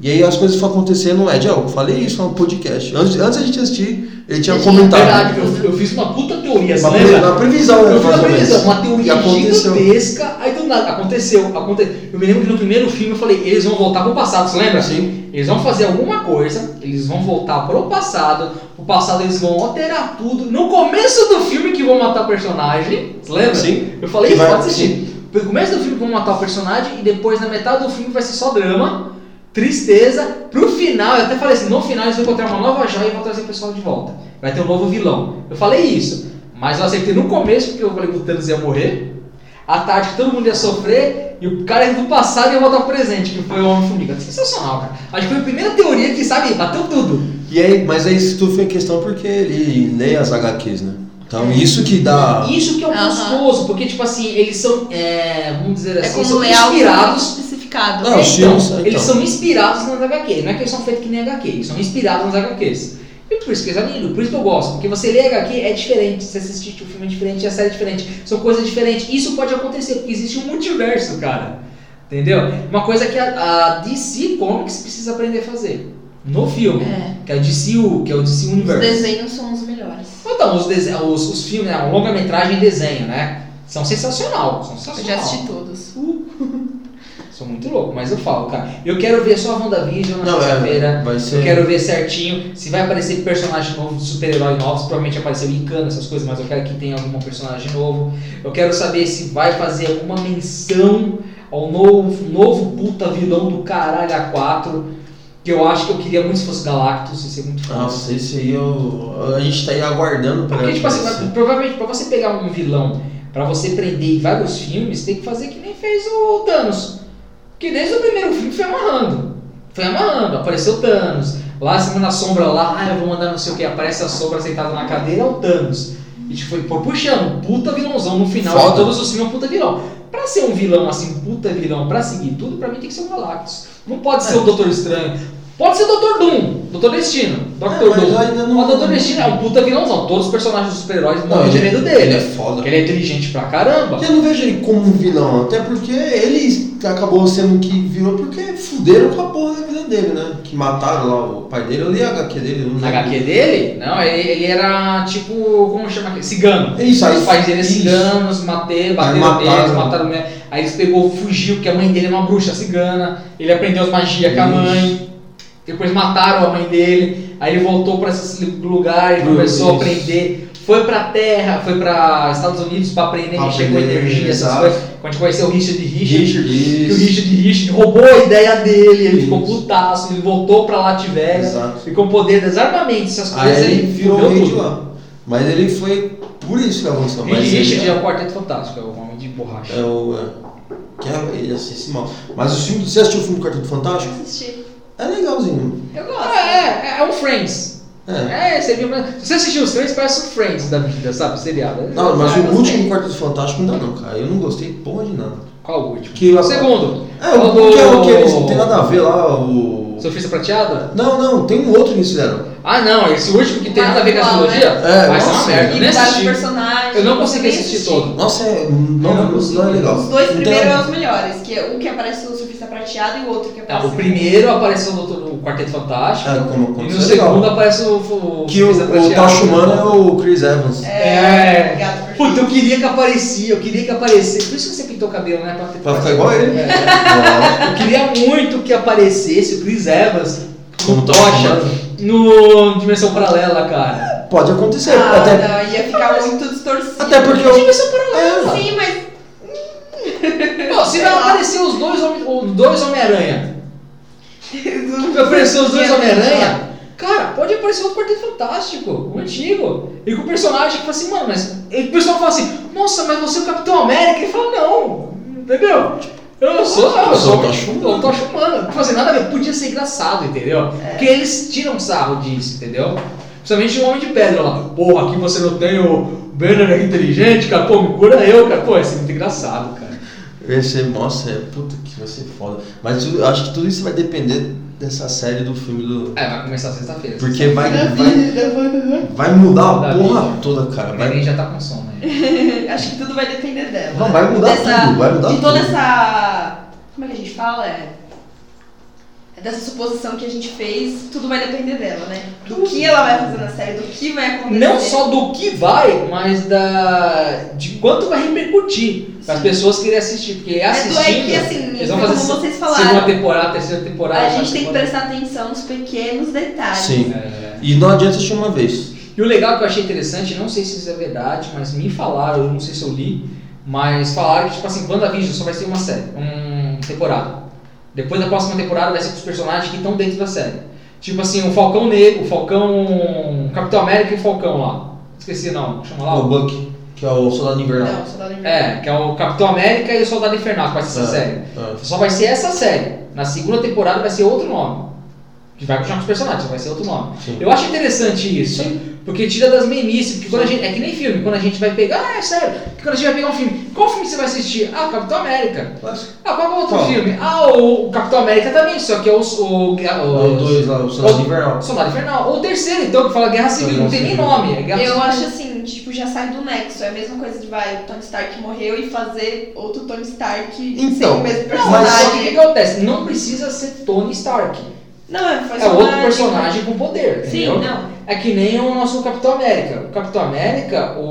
E aí as coisas foram acontecendo, Ed, eu falei isso no podcast. Antes, antes a gente assistir, ele tinha Sim, comentado. Verdade, eu, eu fiz uma puta teoria, você Na, lembra? pre- na previsão, né? Eu fiz mais uma ou menos. previsão, uma E teoria aconteceu. gigantesca, aí do nada, aconteceu, aconteceu. Eu me lembro que no primeiro filme eu falei, eles vão voltar pro passado, você lembra? assim? Sim. Eles vão fazer alguma coisa, eles vão voltar pro passado, o passado eles vão alterar tudo, no começo do filme que vão matar o personagem, você lembra? Sim. Eu falei Que isso, vai- pode assistir. Pelo começo do filme vão matar o personagem e depois na metade do filme vai ser só drama, tristeza. Pro final, eu até falei assim, no final eles vão encontrar uma nova joia e vão trazer o pessoal de volta. Vai ter um novo vilão. Eu falei isso, mas eu acertei no começo porque eu falei que o Thanos ia morrer. À tarde que todo mundo ia sofrer e o cara do passado ia voltar pro presente, que foi o Homem-Formiga. Sensacional, cara. Acho que foi a primeira teoria que, sabe, bateu tudo. E aí, mas aí isso tudo foi em questão porque ele lê as HQs, né? Então isso que dá. Isso que é o Aham. gostoso, porque, tipo assim, eles são, é, vamos dizer É assim, como são ler algo inspirados especificado. Não, os Então, filmes, então. Eles são inspirados nas HQs, não é que eles são feitos que nem HQ, eles são inspirados nas HQs. E por isso que eles são lindos, por isso que eu gosto, porque você lê HQ é diferente, você assiste o filme é diferente, a série é diferente, são coisas diferentes. Isso pode acontecer, porque existe um multiverso, cara. Entendeu? Uma coisa que a, a DC Comics precisa aprender a fazer no filme, É. que é o DCU, que é o DC Os Universe. desenhos são os melhores. Então, os, dese- os, os filmes, né, a longa-metragem e desenho, né? São sensacional, são Eu sensacional. já assisti todos. Sou muito louco, mas eu falo, cara. Eu quero ver só a WandaVision na Não, sexta-feira. é, vai Eu ser. quero ver certinho se vai aparecer personagem novo, super-herói novos. Provavelmente apareceu Icano, essas coisas, mas eu quero que tenha algum personagem novo. Eu quero saber se vai fazer alguma menção ao novo, um novo puta vilão do caralho A4. Que eu acho que eu queria muito se fosse Galactus, isso é muito fácil. Nossa, esse aí eu. A gente tá aí aguardando pra Porque, tipo assim, aparecer. vai- provavelmente pra você pegar um vilão, pra você prender em vários filmes, tem que fazer que nem fez o Thanos. Que desde o primeiro filme foi amarrando. Foi amarrando, apareceu o Thanos. Lá cima na sombra, lá, ah, eu vou mandar não sei o que, aparece a sombra sentada na cadeira, é o Thanos. E tipo, foi pô, puxando, puta vilãozão no final Foda. de todos os filmes, é um puta vilão. Pra pra ser um vilão assim, puta vilão, pra seguir tudo, pra mim tem que ser o Galactus. Não pode É. ser o Doutor Estranho. Pode ser o Doutor Doom, Doutor Destino. Dr. É, mas Doom. ainda não- Mas O Doutor Destino é um puta vilãozão. Todos os personagens dos super-heróis morrem de ele, medo dele. ele é foda. Porque ele é inteligente pra caramba. Eu não vejo ele como um vilão, até porque ele acabou sendo o que virou porque fuderam com a porra da vida dele, né? Que mataram lá o pai dele, eu li a HQ dele. não Na lembro. HQ dele, não, ele, ele era tipo, como chama aquele? Cigano. É isso, aí Os pais dele é isso. ciganos, matei, bateram mataram. neles, mataram mulher. Aí eles pegou, fugiu, porque a mãe dele é uma bruxa cigana. Ele aprendeu as magias com a Ixi. mãe. Depois mataram a mãe dele. Aí ele voltou pra esse lugar e Meu começou a Deus. aprender. Foi pra terra, foi pra Estados Unidos pra aprender, Pra mexer chegou aprender, energia, essas exato. coisas. Quando a gente conheceu o Richard Richard, Richard, que o isso. Richard Richard roubou a ideia dele, ele ficou Isso. putaço, ele voltou pra lá de Vegas. Exato. E com o poder das armamentos, essas coisas, Aí ele virou um fudeu rei de tudo. lá. Mas ele foi por isso que avançou. Reed Mas ele- Richard é o Quarteto Fantástico, é o homem de borracha. É o. é, que é, ele assiste mal. Mas o filme. Você assistiu o filme do Quarteto Fantástico? Assisti. É legalzinho. Eu Ah, gosto. é, é, é um Friends. É. É, você viu. Se você assistiu os três, parece um Friends da vida, sabe? Seriado. Não, mas Ah, o gostei. último Quarteto Fantástico não dá não, cara. Eu não gostei porra de nada. Qual o último? Que- o segundo. É, o do- que é o que eles não tem nada a ver lá, o. Surfista Prateado? Não, não, tem um outro que eles fizeram. Ah, não, esse último que tem nada a ver com a Mas igual, trilogia né? É, vai ser uma nossa. merda. Eu nem E vários assisti. personagens. Eu não consegui nem assistir assisti. todo. Nossa, é, não, Eu não não, consigo. é legal. Os Então- dois Não tem primeiros nada- são os melhores, que é um que aparece o surfista prateado e o outro que Não, aparece. Ah, Tá, o primeiro apareceu o Doutor- o Quarteto Fantástico. É, como e no aconteceu. legal. segundo aparece o, o Que o, Surfista o Prateado. Tosh Humano é o Chris Evans. É. Gato perfeito. Puta, eu queria que aparecia, eu queria que aparecesse. Por isso que você pintou o cabelo, né? Pra, ter- Pra ficar igual a ele. É. Eu queria muito que aparecesse o Chris Evans Como tá Tosh Tocha Humano. no Dimensão Paralela, cara. Pode acontecer. Ah, até, não, ia ficar muito distorcido. até porque eu. É. Dimensão Paralela. assim. Sim, mas Pô, se não aparecer os dois, Homem- os dois Homem-Aranha, se aparecer os dois Homem-Aranha, cara, pode aparecer outro Quarteto Fantástico, o antigo. E com o personagem que fala assim, mano, mas. E o pessoal fala assim, nossa, mas você é o Capitão América? Ele fala, não, entendeu? Eu sou, eu Eu sou sou, o Tocha Humana. eu tô chumando. Tipo assim, nada a ver, podia ser engraçado, entendeu? Porque eles tiram sarro disso, entendeu? Principalmente o Homem de Pedra lá. Porra, aqui você não tem o Banner é inteligente, cara, pô, me cura eu, cara. Pô, isso é muito engraçado, cara. Vai ser, nossa, é, puta que vai ser foda. Mas eu acho que tudo isso vai depender dessa série do filme do. É, vai começar sexta-feira. Porque vai, né? vai, vai mudar a porra toda, cara. O Vai, Neném já tá com sono, né? [LAUGHS] acho que tudo vai depender dela. Não, vai mudar Dessa- tudo, vai mudar De tudo. toda essa. Como é que a gente fala? É. Dessa suposição que a gente fez, tudo vai depender dela, né? Do que ela vai fazer na série, do que vai acontecer. Não só do que vai, mas da de quanto vai repercutir as pessoas querem assistir. Porque É do- assistindo, é que assim, eles vão como fazer vocês segunda falaram, temporada, terceira temporada. a quarta gente tem que temporada. prestar atenção nos pequenos detalhes. Sim. É. E não adianta assistir uma vez. E o legal que eu achei interessante, não sei se isso é verdade, mas me falaram, eu não sei se eu li, mas falaram que, tipo assim, WandaVision só vai ser uma série, uma temporada. Depois da próxima temporada vai ser com os personagens que estão dentro da série. Tipo assim, o Falcão Negro, o Falcão. Capitão América e o Falcão lá. Esqueci não, chama lá. O Buck, que é o Soldado Invernal. Não, só da É, que é o Capitão América e o Soldado Infernal, que vai ser essa É. série. É. Só vai ser essa série. Na segunda temporada vai ser outro nome. Que vai continuar com os personagens, vai ser outro nome. Sim. Eu acho interessante isso, porque tira das meimices, porque quando a gente, é que nem filme, quando a gente vai pegar, ah, é sério, porque quando a gente vai pegar um filme, qual filme você vai assistir? Ah, o Capitão América. Mas, Ah, qual é o outro Qual? filme? Ah, o Capitão América também, só que é o... o, o o, dois lá, o Soldado o- Invernal. Soldado Infernal. Ou o terceiro, então, que fala Guerra Civil, não tem nem nome, é Guerra Eu Civil. acho assim, tipo, já sai do nexo. É a mesma coisa de vai, o Tony Stark morreu e fazer outro Tony Stark sem Então, o mesmo Não, mas só que o que personagem. acontece? Não precisa ser Tony Stark. Não, é, foi É só uma outro dica. personagem com poder, Sim, entendeu? não. É que nem o nosso Capitão América. O Capitão América, o,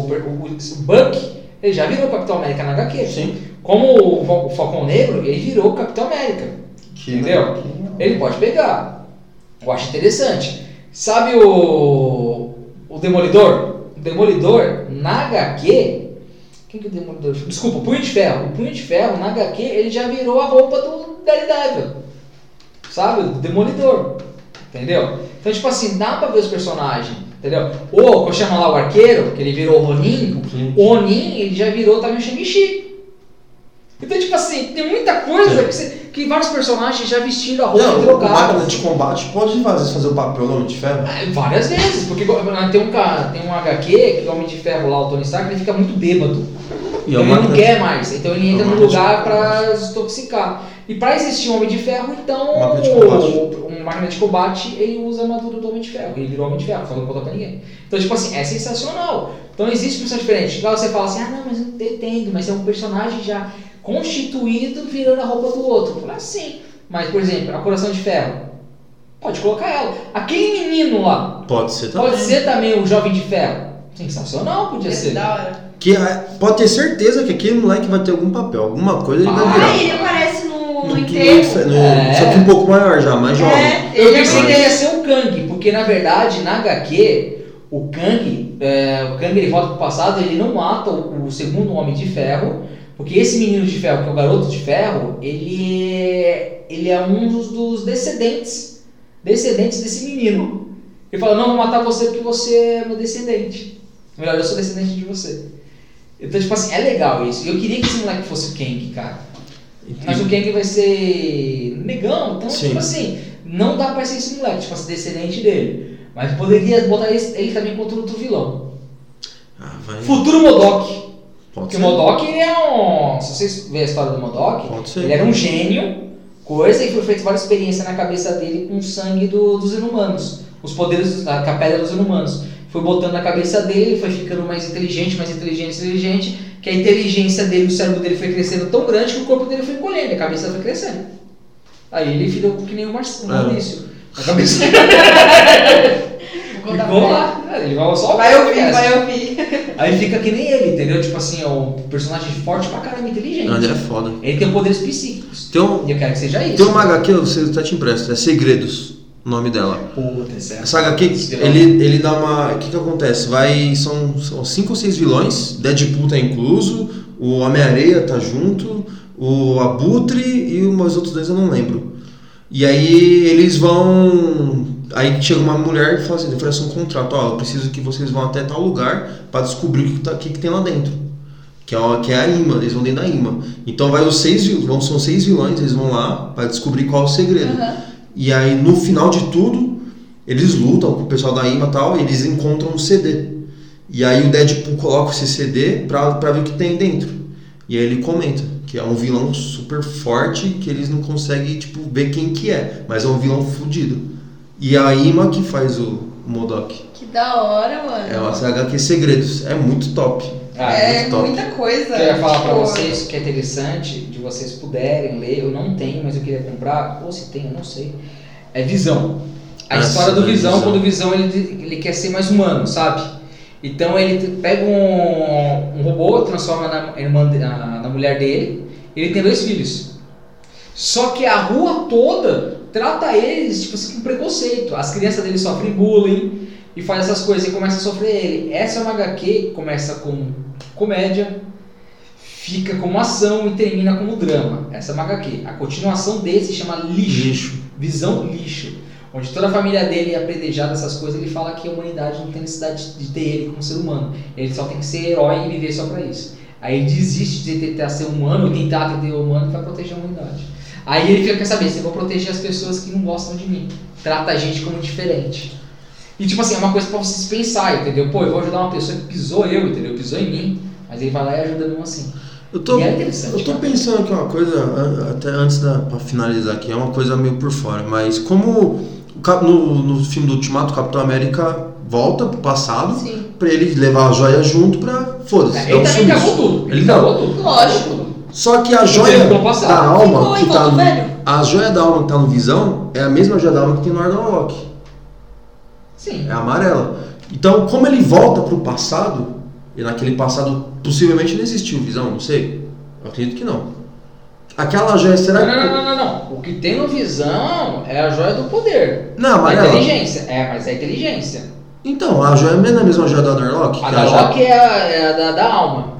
o, o Buck, ele já virou Capitão América na HQ. Sim. Como o, Fal- o Falcão Negro, ele virou o Capitão América. Que Entendeu? Ele pode pegar. Eu acho interessante. Sabe o. O Demolidor? O Demolidor na HQ. Quem que é o Demolidor? Desculpa, o Punho de Ferro. O Punho de Ferro na HQ ele já virou a roupa do Daredevil. Sabe? Do Demolidor. Entendeu? Então, tipo assim, dá pra ver os personagens. Entendeu? Ou, que eu chamo lá o arqueiro, que ele virou o Ronin. Sim. O Onin, ele já virou também o Shang-Chi. Então, tipo assim, tem muita coisa É. que, você- que vários personagens já vestiram a roupa e Não, o trocaram. máquina de combate pode fazer, fazer o papel do Homem de Ferro. Ah, Várias ah, é vezes, porque igual- tem um, cara- tem um HQ, que o Homem de Ferro lá, o Tony Stark, ele fica muito bêbado. E é Então ele uma não trans- quer mais. Então ele entra É uma num lugar transformação. para desintoxicar. E para existir o Homem de Ferro, então Uma máquina de combate. o, um máquina de combate ele usa a armadura do Homem de Ferro. Ele virou Homem de Ferro, falou não conta pra ninguém. Então, tipo assim, é sensacional. Então existe pessoa diferente. Lá você fala assim, ah não, mas eu entendo, mas é um personagem já constituído virando a roupa do outro. Eu falo assim. Mas, por exemplo, a Coração de Ferro. Pode colocar ela. Aquele menino lá, Pode ser também. pode ser também o Jovem de Ferro. Sensacional, É podia ser. da hora. Que é- pode ter certeza que aquele moleque vai ter algum papel, alguma coisa ele vai Vai. um Ah, virar. ele aparece no, no No que- enterro. no- É. Só que um pouco maior já, mais jovem. É, Eu ele é pensei que muito- ele ia ser o Kang, porque na verdade na HQ o Kang, é, o Kang ele volta pro passado, ele não mata o, o segundo Homem de Ferro, porque esse menino de ferro, que é o garoto de ferro, ele é, ele é um dos, dos descendentes, descendentes desse menino. Ele fala, não, vou matar você porque você é meu descendente. Melhor, eu sou descendente de você. Então, tipo assim, é legal isso. Eu queria que esse moleque fosse o Kang, cara. Mas o Kang vai ser negão, então, Sim. tipo assim, não dá pra ser esse moleque, tipo, ser descendente dele. Mas poderia botar esse- ele também contra outro vilão. Ah, vai. Futuro Modok. Pode Porque ser. o Modok, ele é um. Se vocês verem a história do Modok, Pode ser. ele era um gênio, coisa, e foi feita várias experiências na cabeça dele com o sangue do- dos inumanos. Os poderes dos- da da pedra dos inumanos. Foi botando na cabeça dele, foi ficando mais inteligente, mais inteligente, inteligente. Que a inteligência dele, o cérebro dele foi crescendo tão grande que o corpo dele foi encolhendo, a cabeça foi crescendo. Aí ele virou que nem o Marcelo, É. o Maurício. A cabeça [LAUGHS] Vou contar pra ficou lá, né? ele vai só Vai ouvir, vai ouvir. Aí fica que nem ele, entendeu? Tipo assim, é um personagem forte pra caramba, inteligente. Ele é foda. Ele tem poderes psíquicos. Tem, um- E eu quero que seja isso. tem uma HQ, eu sei, eu até te empresto, é Segredos, o nome dela. Puta, certo. Essa HQ, ele, ele dá uma. O que, que acontece? Vai. São, são cinco ou seis vilões. Deadpool tá incluso, o Homem-Areia tá junto, o Abutre e os outros dois eu não lembro. E aí eles vão. Aí chega uma mulher e fala assim, oferece um contrato, ó, eu preciso que vocês vão até tal lugar pra descobrir o que, tá, o que, que tem lá dentro. Que é, o- que é a imã, eles vão dentro da imã. Então vai os seis, vil- vão, são seis vilões, eles vão lá pra descobrir qual é o segredo. Uhum. Aham. E aí, no final de tudo, eles lutam com o pessoal da IMA e tal, e eles encontram um CD. E aí o Deadpool coloca esse CD pra, pra ver o que tem dentro. E aí ele comenta que é um vilão super forte que eles não conseguem, tipo, ver quem que é. Mas é um vilão fudido. E a IMA que faz o Modok. Que da hora, mano. É uma HQ Segredos. É muito top. Ah, é muito top. muita coisa. Eu ia falar pra Tipo, vocês que é interessante, de vocês puderem ler, eu não tenho, mas eu queria comprar, ou se tem, eu não sei. É Visão. A Ah, história sim, do é Visão, Visão. quando o Visão ele, ele quer ser mais humano, sabe? Então ele te- pega um, um robô, transforma na, irmã de- na- na mulher dele, ele tem dois filhos. Só que a rua toda trata eles tipo assim, com preconceito. As crianças dele sofrem bullying e faz essas coisas e começa a sofrer ele. Essa é uma HQ que começa como comédia, fica como ação e termina como drama. Essa é uma HQ. A continuação desse chama Lixo, Lixo. Visão Lixo, onde toda a família dele é apredejada essas coisas, ele fala que a humanidade não tem necessidade de ter ele como ser humano. Ele só tem que ser herói e viver só pra isso. Aí ele desiste de tentar ser humano, tentar atender o humano pra proteger a humanidade. Aí ele fica, quer saber, se eu vou proteger as pessoas que não gostam de mim. Trata a gente como diferente. E tipo assim, é uma coisa pra vocês pensar, entendeu? Pô, eu vou ajudar uma pessoa que pisou eu, entendeu? Pisou em mim. Mas ele vai lá e ajuda mesmo assim. Eu tô, E é interessante, eu tô cara. pensando aqui uma coisa, an- até antes da, pra finalizar aqui, é uma coisa meio por fora, mas como o Cap- no, no filme do Ultimato, o Capitão América volta pro passado Sim. pra ele levar a joia junto pra. Foda-se. é Ele um Então, também sumiço. cagou tudo. Ele não. cagou tudo. Lógico. Só que a Ele joia ficou passado. da alma Ficou que em tá volta, no, velho. A joia da alma que tá no visão é a mesma joia da alma que tem no Arnold Rock. Sim. É amarela. Então, como ele volta pro passado, e naquele passado possivelmente não existiu visão, não sei. Eu acredito que não. Aquela joia, será Não, que. não, não, não, não, não. O que tem no visão é a joia do poder. Não, A amarela. inteligência. É, mas é a inteligência. Então, a joia não é a mesma joia da Norlock? A da Loki é a, é a da, da alma.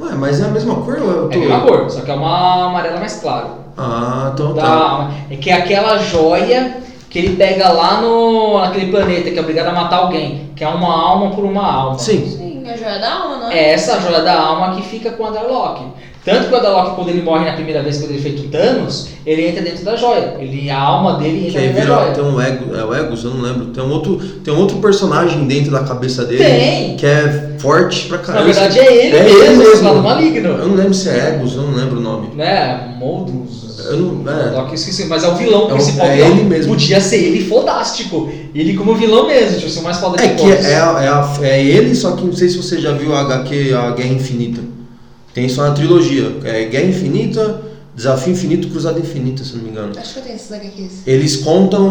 Ué, mas é a mesma cor ou eu É tô... a mesma cor, só que é uma amarela mais clara. Ah, então Da tá. alma. É que é aquela joia que ele pega lá no, naquele planeta que é obrigado a matar alguém. Que é uma alma por uma alma. Sim. Sim, E a joia da alma, não é? É essa a joia da alma que fica com o Darlock. Tanto que o Darlock, quando ele morre na primeira vez, quando ele é feito Thanos, ele entra dentro da joia. Ele, a alma dele Que entra aí dentro da vira, joia. tem um ego, é o Egos, eu não lembro. Tem um outro, tem um outro personagem dentro da cabeça dele Tem. que é forte pra caramba. Na verdade, é ele mesmo, esse lado maligno. Eu não lembro se é Egos, eu não lembro o nome. Né? Moldus. Eu não- é. Darlock, eu esqueci, mas é o vilão É o- principal. é que ele mesmo. Podia ser ele fodástico. Ele como vilão mesmo, tipo, ser o mais foda É de que todos. é, é, a- é ele, só que não sei se você já viu a HQ A Guerra Infinita. Tem só na trilogia. É Guerra Infinita, Desafio Infinito, Cruzada Infinita, se não me engano. Acho que eu tenho esses HQs. Eles contam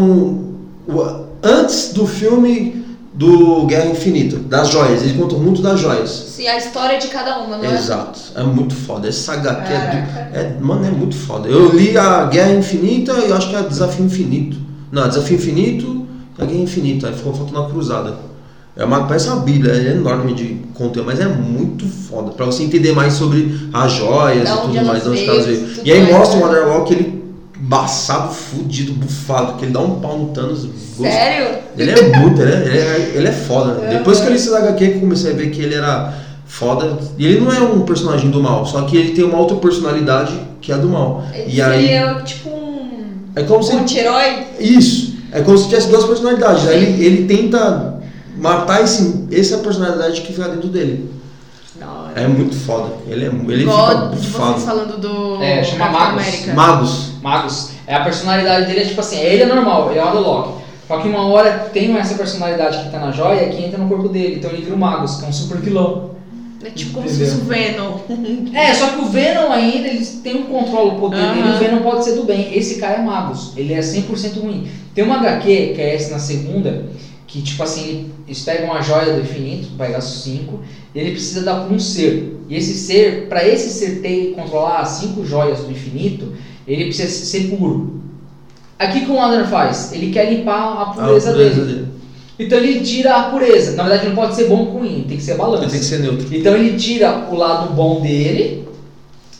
o- antes do filme do Guerra Infinita, das joias. Eles contam muito das joias. Sim, Assim, a história de cada uma, não é? Exato. É muito foda. Essa HQ é, Caraca. do... é. Mano, é muito foda. Eu li a Guerra Infinita e acho que é Desafio Infinito. Não, Desafio Infinito e a Guerra Infinita. Aí ficou faltando uma cruzada. É uma parece uma bíblia, é enorme de conteúdo, mas é muito foda. Pra você entender mais sobre as joias Da e onde tudo elas mais, de onde veio, elas veio. tudo E aí mais, mostra o né? Underwalk ele baçado, fudido, bufado, que ele dá um pau no Thanos. gostoso. Sério? Ele é muito, ele é, ele é, ele é foda. É. Depois que eu li esses HQ, que eu comecei a ver que ele era foda. E ele não é um personagem do mal, só que ele tem uma outra personalidade que é do mal. Ele E aí. seria tipo um É como se. anti-herói? Isso! É como se tivesse duas personalidades. Aí ele, ele tenta matar esse, essa personalidade que fica dentro dele. Da hora. É muito foda. Ele é ele fica Igual de vocês bufado. falando do É, chama Capitão Magos. América. Magos. Magos. É a personalidade dele é tipo assim, ele é normal, ele é o Loki. Só que uma hora tem essa personalidade que tá na joia que entra no corpo dele. Então ele vira o Magos, que é um super vilão. É tipo como se fosse o Venom. É, só que o Venom ainda, ele tem um controle, o poder dele, Aham. o Venom pode ser do bem. Esse cara é Magos, ele é 100% ruim. Tem uma HQ, que é essa na segunda, que tipo assim, eles pegam a joia do infinito, Pegasus 5, e ele precisa dar pra um ser. E esse ser, pra esse ser ter controlar as cinco joias do infinito, ele precisa ser puro. Aqui que o Wander faz? Ele quer limpar a A pureza, pureza dele. Então ele tira a pureza. Na verdade não pode ser bom com ruim, tem que ser balanço. Ele tem que ser neutro. Então ele tira o lado bom dele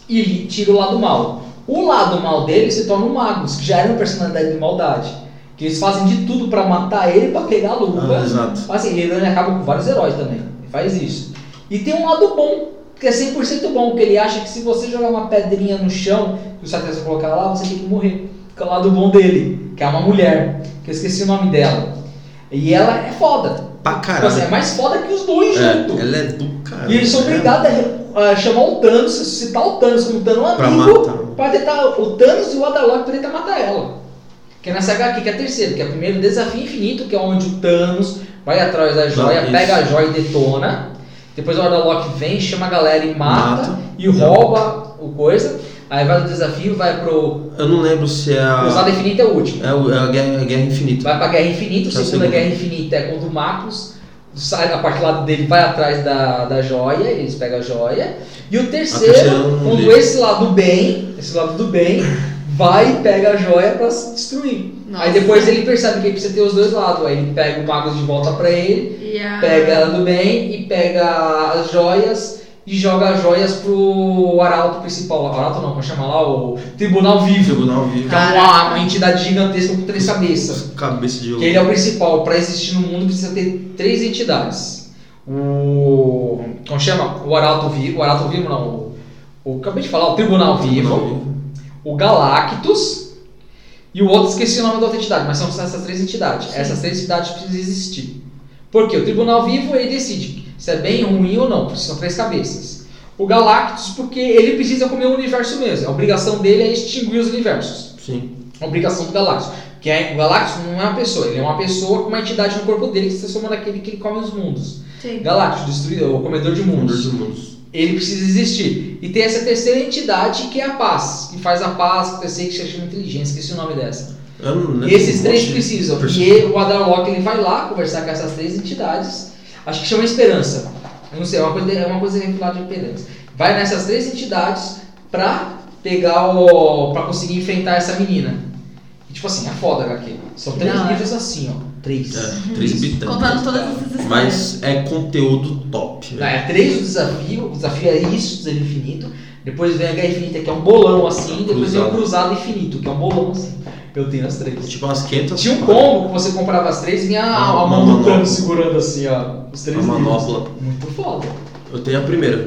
e ele tira o lado mal. O lado mal dele se torna o Magnus, que já era uma personalidade de maldade. Que eles fazem de tudo pra matar ele pra pegar a luva. Ah, exato. Assim, ele ele acaba com vários heróis também. Ele faz isso. E tem um lado bom, que é 100% bom, que ele acha que se você jogar uma pedrinha no chão, que o Satanás vai colocar lá, você tem que morrer. Que é o lado bom dele, que é uma mulher, que eu esqueci o nome dela. E ela é foda. Pra Tipo assim, é caralho. mais foda que os dois juntos. É, ela é do caralho. E eles são obrigados a re- a, chamar o Thanos, ressuscitar o Thanos como um Thanos Pra amigo, matar. pra tentar o Thanos e o Adalok pra tentar matar ela. Que é nessa HQ, que é a terceira, que é o primeiro desafio infinito, que é onde o Thanos vai atrás da joia, isso. pega a joia e detona. Depois o Adalok vem, chama a galera e mata, Mata. e rouba o coisa. Aí vai no desafio, vai pro. Eu não lembro se é a. Cruzada Infinita é o último. É, o- é a guerra, a guerra infinita. Vai pra Guerra Infinita, o Que é segundo o da segundo. Guerra Infinita é quando o Marcos sai da parte lá dele, vai atrás da, da joia, eles pegam a joia. E o terceiro, terceira eu não quando li. esse lado do bem, esse lado do bem, vai e pega a joia pra se destruir. Nossa. Aí depois ele percebe que ele precisa ter os dois lados. Aí ele pega o Marcos de volta pra ele, E Ah. a... pega ela do bem e pega as joias. E joga as joias pro arauto principal. lá. Arauto não, como chama lá? O Tribunal Vivo. Tribunal vivo. Que é uma, uma entidade gigantesca com três cabeças. Cabeça de Que ele é o principal. Para existir no mundo precisa ter três entidades. O. Como chama? O Arauto Vivo. O Arauto Vivo não. O, o- acabei de falar, o Tribunal Vivo. O Galactus. E o outro, esqueci o nome da outra entidade, mas são essas três entidades. Essas três entidades precisam existir. Porque o Tribunal Vivo ele decide se é bem ruim ou não, porque são três cabeças. O Galactus, porque ele precisa comer o universo mesmo. A obrigação dele é extinguir os universos Sim. uma obrigação do Galactus. Que é, o Galactus não é uma pessoa, ele é uma pessoa com uma entidade no corpo dele que se transforma naquele que ele come os mundos. Sim. Galactus, destruidor, o comedor de Mundo Um dos mundos. mundos. Ele precisa existir. E tem essa terceira entidade que é a paz, que faz a paz, que eu sei que se chama inteligência, esqueci o nome dessa. Eu não lembro. E esses Um três monte de precisam. perso- E ele- o Adarlock ele vai lá conversar com essas três entidades. Acho que chama Esperança. Eu não sei, é uma coisa, é uma coisa regular de Esperança. Vai nessas três entidades pra pegar o. pra conseguir enfrentar essa menina. E, tipo assim, é foda, HQ. São três Da hora. livros assim, ó. Três. É, Uhum. três Contando bitãs. todas essas histórias. Mas é conteúdo top. Não, é três o desafio, o desafio é isso, desafio infinito. Depois vem a Guerra Infinita, que é um bolão assim, depois vem o Cruzado. Cruzado Infinito, que é um bolão assim. Eu tenho as três. Tipo umas 500 Tinha um combo que você comprava as três e vinha a, a Uma mão do Thanos manopla. segurando assim, ó. Os três É Uma livros. manopla. Muito foda. Eu tenho a primeira.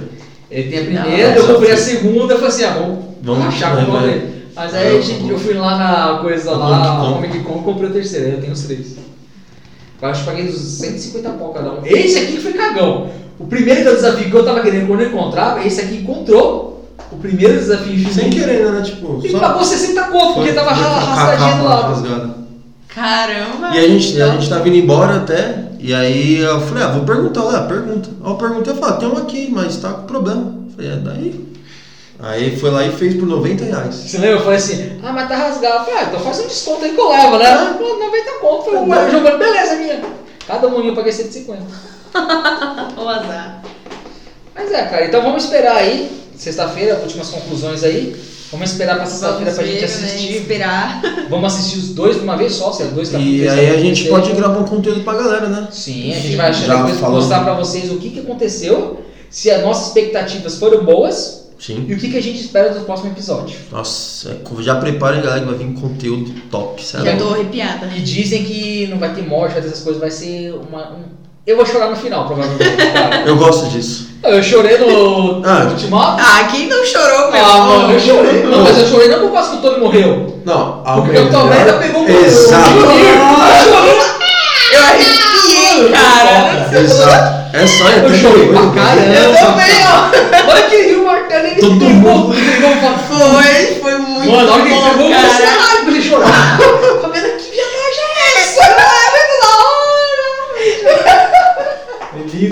Ele tem a Não, primeira, eu desafio. comprei a segunda, eu falei assim, ah, vamos, Vamos achar vai, com o vai. dele. É, Mas aí gente, eu fui lá na coisa No lá, Comic Con. Comic Con, comprei o terceiro, aí eu tenho os três. Eu acho que paguei uns 150 pau cada um. Esse aqui que foi cagão. O primeiro que eu desafio que eu tava querendo quando eu encontrava, esse aqui encontrou o primeiro desafio infinito. Sem querer, né? Tipo, E pagou 60 conto, porque tava Foi- foi com a arrastadinho do capa lado. rasgada. Caramba! E a gente, a gente tava indo embora até. E aí eu falei, ah, vou perguntar, lá, pergunta. Aí eu perguntei, eu falei, tem um aqui, mas tá com problema. Eu falei, é daí. Aí foi lá e fez por 90 reais. Você lembra? Eu falei assim, ah, mas tá rasgado. Eu falei, ah, então faz um desconto aí que eu levo, né? Ah. Pô, 90 conto. Eu falei, ué, jogando, beleza, minha. Cada um eu paguei 150. O azar. Mas é, cara, então vamos esperar aí, sexta-feira, últimas conclusões aí. Vamos esperar pra sexta-feira pra gente Vamos ver, né, assistir. Esperar. Vamos assistir os dois de uma vez só, se é dois E aí a gente pode gravar um conteúdo pra galera, né? Sim, a gente vai Já achar depois falou. mostrar pra vocês o que, que aconteceu, se as nossas expectativas foram boas Sim. e o que, que a gente espera do próximo episódio. Nossa, é- já preparem, galera, que vai vir conteúdo top, sério. Já tô arrepiada. E dizem que não vai ter morte, vai ter essas coisas, vai ser uma. um- Eu vou chorar no final, provavelmente. [LAUGHS] cara. Eu gosto disso. Eu chorei no, no Ah. Ultimato. Ah, quem não chorou, meu Ah, mano, amor? eu chorei. Não, mas eu chorei não por causa que o Tony morreu. Não, a Porque o Tom ainda um pegou o Ah, Exato. o Mjolnir. Eu Eu arrepiei, cara. Exato. É só é chorei. Eu chorei pra Eu caramba. também, ó. Olha que viu o martelo, ele Todo mundo. ele pegou pra Foi, foi muito Mano, olha que ele bom, pegou você cara. errado pra ele chorar. Fabiana, que viagem é essa? É muito da hora.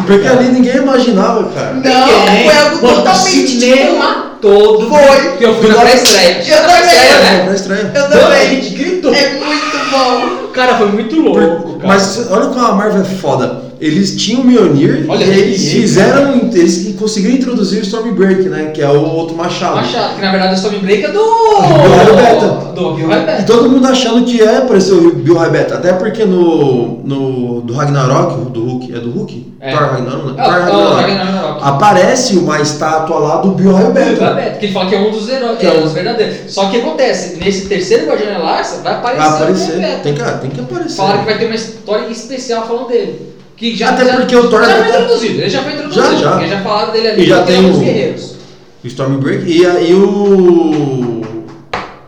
Porque ali ninguém imaginava, cara. Não, Ninguém. foi algo Mano, totalmente cinema todo. Foi. Que eu fui na pré-estreia. Eu Você tá na também. pré-estreia, né? Pra estreia. Eu Mano, a também. gente gritou. É muito bom. Cara, foi muito louco. cara. Mas olha como a Marvel é foda. Eles tinham o Mjolnir Olha e que eles lindo. fizeram. um- Eles conseguiram introduzir o Stormbreak, né? Que é o outro machado. Machado, que na verdade o Stormbreak é do. Rio Beta. Do Rio E Beta. todo mundo achando que é parecer o Bill Raibeta. Até porque no, no. Do Ragnarok, do Hulk. É do Hulk? É. Thor Ragnarok? né? Ah, Thor o Ragnarok. Ragnarok. Aparece uma estátua lá do Bill Tá Raibeta. aberto, Que ele fala que é um dos heróis, Que é é um um- dos verdadeiros. Só que acontece, nesse terceiro Guardião Larsa vai aparecer. Vai o Homem aparecer. Elétrico. Tem que, tem que aparecer. Falaram que vai ter uma história especial falando dele. Que já, Até já- porque o Thor já já foi tá- introduzido, ele já foi introduzido. Já, já. Porque já falaram dele ali. E já porque tem ele é um dos o- guerreiros. O Stormbreak e aí o.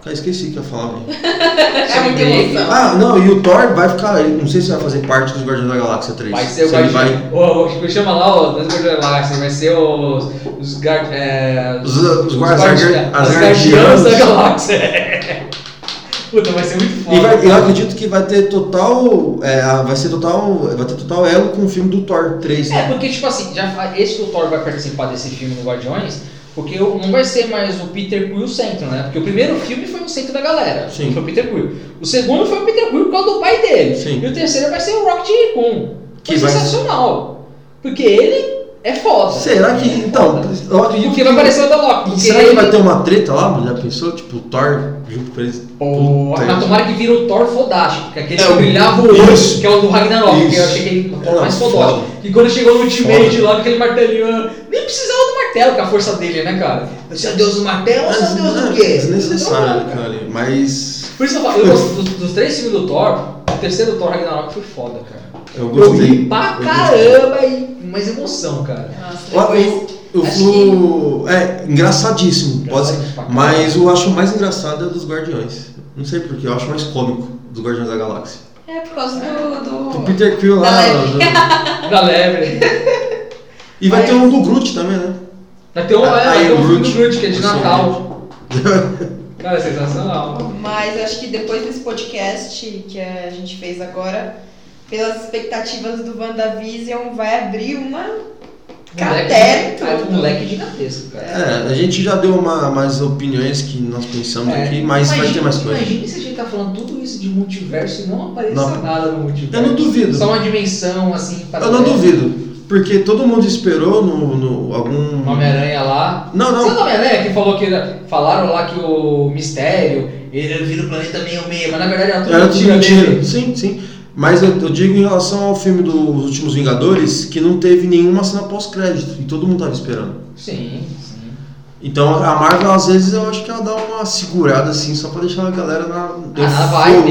Ah, esqueci o que eu ia falar, velho. É muita emoção. Ah, não, e o Thor vai ficar. ele- Não sei se vai fazer parte dos Guardiões da Galáxia 3. Vai ser o Se ele Guardião. O o que chama lá, ó, dos Guardiões Galáxia, vai ser os. Os Guard. É, Os, os, os Guardiões Guardi- os Guardiões da Galáxia. [LAUGHS] Puta, vai ser muito foda. E vai- eu acredito que vai ter total. é, a- vai ser total. Vai ter total elo com o filme do Thor 3, É, né? porque, tipo assim, já, fa- esse o Thor vai participar desse filme do Guardiões, porque o- não vai ser mais o Peter Quill centro, né? Porque o primeiro filme foi o centro da galera, Sim. foi o Peter Quill. O segundo foi o Peter Quill por causa do pai dele. Sim. E o terceiro vai ser o Rocket Raccoon. Que Que vai- sensacional. Porque ele é foda. Será que. Ele é Então, foda. eu acredito Porque vai aparecer o The Loki. Porque Será que ele- vai ter uma treta lá? Já pensou? Tipo, o Thor junto com eles. Pô, Puta. mas tomara que vira o Thor fodástico, que é aquele É, que o- brilhava o olho, isso. que é o do Ragnarok, que eu Isso. achei que ele é o Thor Não, mais foda. fodástico. E quando chegou no Ultimate lá, com aquele martelinho, ah, nem precisava do martelo, que é a força dele, né, cara? Eu sou deus do martelo, eu sou deus do quê? é, Então, Desnecessário, cara. Mas. Por isso que eu falo, eu gosto dos, dos três filmes do Thor, o terceiro do Thor Ragnarok foi foda, cara. Eu Eu ri gostei. pra Eu gostei. caramba e mais emoção, cara. Nossa, Eu, depois. eu, eu Acho vou. É, engraçadíssimo. Pode ser. Engraçado pra caramba. Mas eu acho mais engraçado é dos Guardiões. Não sei porquê, eu acho mais cômico dos Guardiões da Galáxia. É por causa do. O do... Peter Quill lá. Da é né? do- Da lebre. [LAUGHS] E vai ter um do Groot também, né? Vai ter um, é, vai Aí ter um filme o do Groot. assim, Groot, que é de Sim. Natal. Cara, é sensacional. Mas acho que depois desse podcast que a gente fez agora, pelas expectativas do WandaVision, vai abrir uma Moleque- catera. É um moleque gigantesco, cara. É, a gente já deu uma, mais opiniões que nós pensamos É, aqui, mas vai ter mais coisa. Imagina se a gente tá falando tudo isso de multiverso e não apareça Não. nada no Eu multiverso. não duvido. Só uma dimensão, assim, para Eu não duvido. Porque todo mundo esperou no, no algum. Homem-Aranha lá. Não, Sabe o não. Homem-Aranha que falou que. Falaram lá que o mistério. Ele vira o planeta meio meio, mas na verdade era tudo Era tudo mentira dele. mentira. Sim, sim. Mas eu, eu digo em relação ao filme dos Últimos Vingadores que não teve nenhuma cena pós-crédito e todo mundo tava esperando. Sim, sim. Então a Marvel, às vezes, eu acho que ela dá uma segurada assim, só pra deixar a galera na, Ah, na eufórico,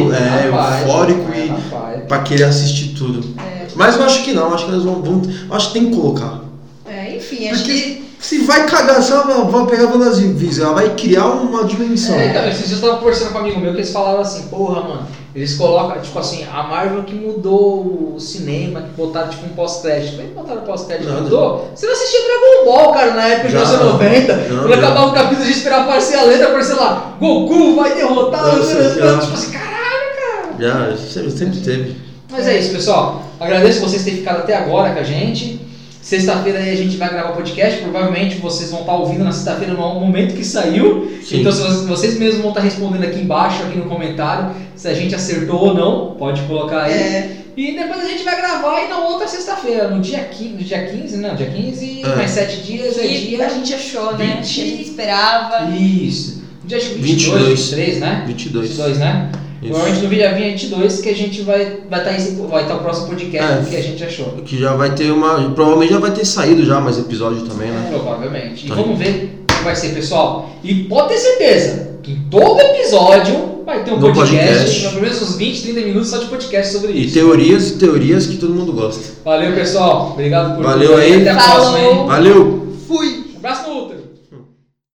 vibe, é, na vibe, eufórico é, na e vibe. pra querer assistir tudo. É. Mas eu acho que não, acho que eles vão. vão- eu acho que tem que colocar. É, enfim, acho que. Porque se vai cagar, se ela vai pegar a WandaVision, ela vai criar uma dimensão. É, então, esses dias eu tava conversando com um amigo meu que eles falaram assim, porra, mano, eles colocam, tipo assim, a Marvel que mudou o cinema, que botaram tipo um pós-crédito. Como é que botaram pós-crédito? Nada. Mudou? Você não assistia Dragon Ball, cara, na época de Já, 1990. já, Quando já. acabava o capítulo, a gente esperava aparecer a letra, aparecer lá, Goku vai derrotar o Nossa, já. Tipo assim, caralho. Já, sempre sempre teve. Mas é isso, pessoal. Agradeço vocês terem ficado até agora com a gente. Sexta-feira aí a gente vai gravar o podcast. Provavelmente vocês vão estar ouvindo na sexta-feira no momento que saiu. Então, se vocês- vocês mesmos vão estar respondendo aqui embaixo, aqui no comentário, se a gente acertou ou não, pode colocar aí. É, E depois a gente vai gravar e na outra sexta-feira, no dia 15, no dia 15, não, dia 15, É. mais 7 dias, é que a dia... gente achou, né? vinte- Que a gente esperava. Isso. No dia acho que 22, 22. 23, né? 22. 22, né? Isso. Provavelmente no dia 22 que a gente vai vai estar esse- vai estar o próximo podcast É. do que a gente achou. Que já vai ter uma. Provavelmente já vai ter saído já mais episódio também, né? Provavelmente. E Tá. vamos ver o que vai ser, pessoal. E pode ter certeza que em todo episódio vai ter um No podcast, podcast. pelo menos uns 20, 30 minutos só de podcast sobre E isso. teorias e teorias que todo mundo gosta. Valeu, pessoal. Obrigado por Valeu tudo aí. Até a próxima, hein? Falou. Valeu! Fui!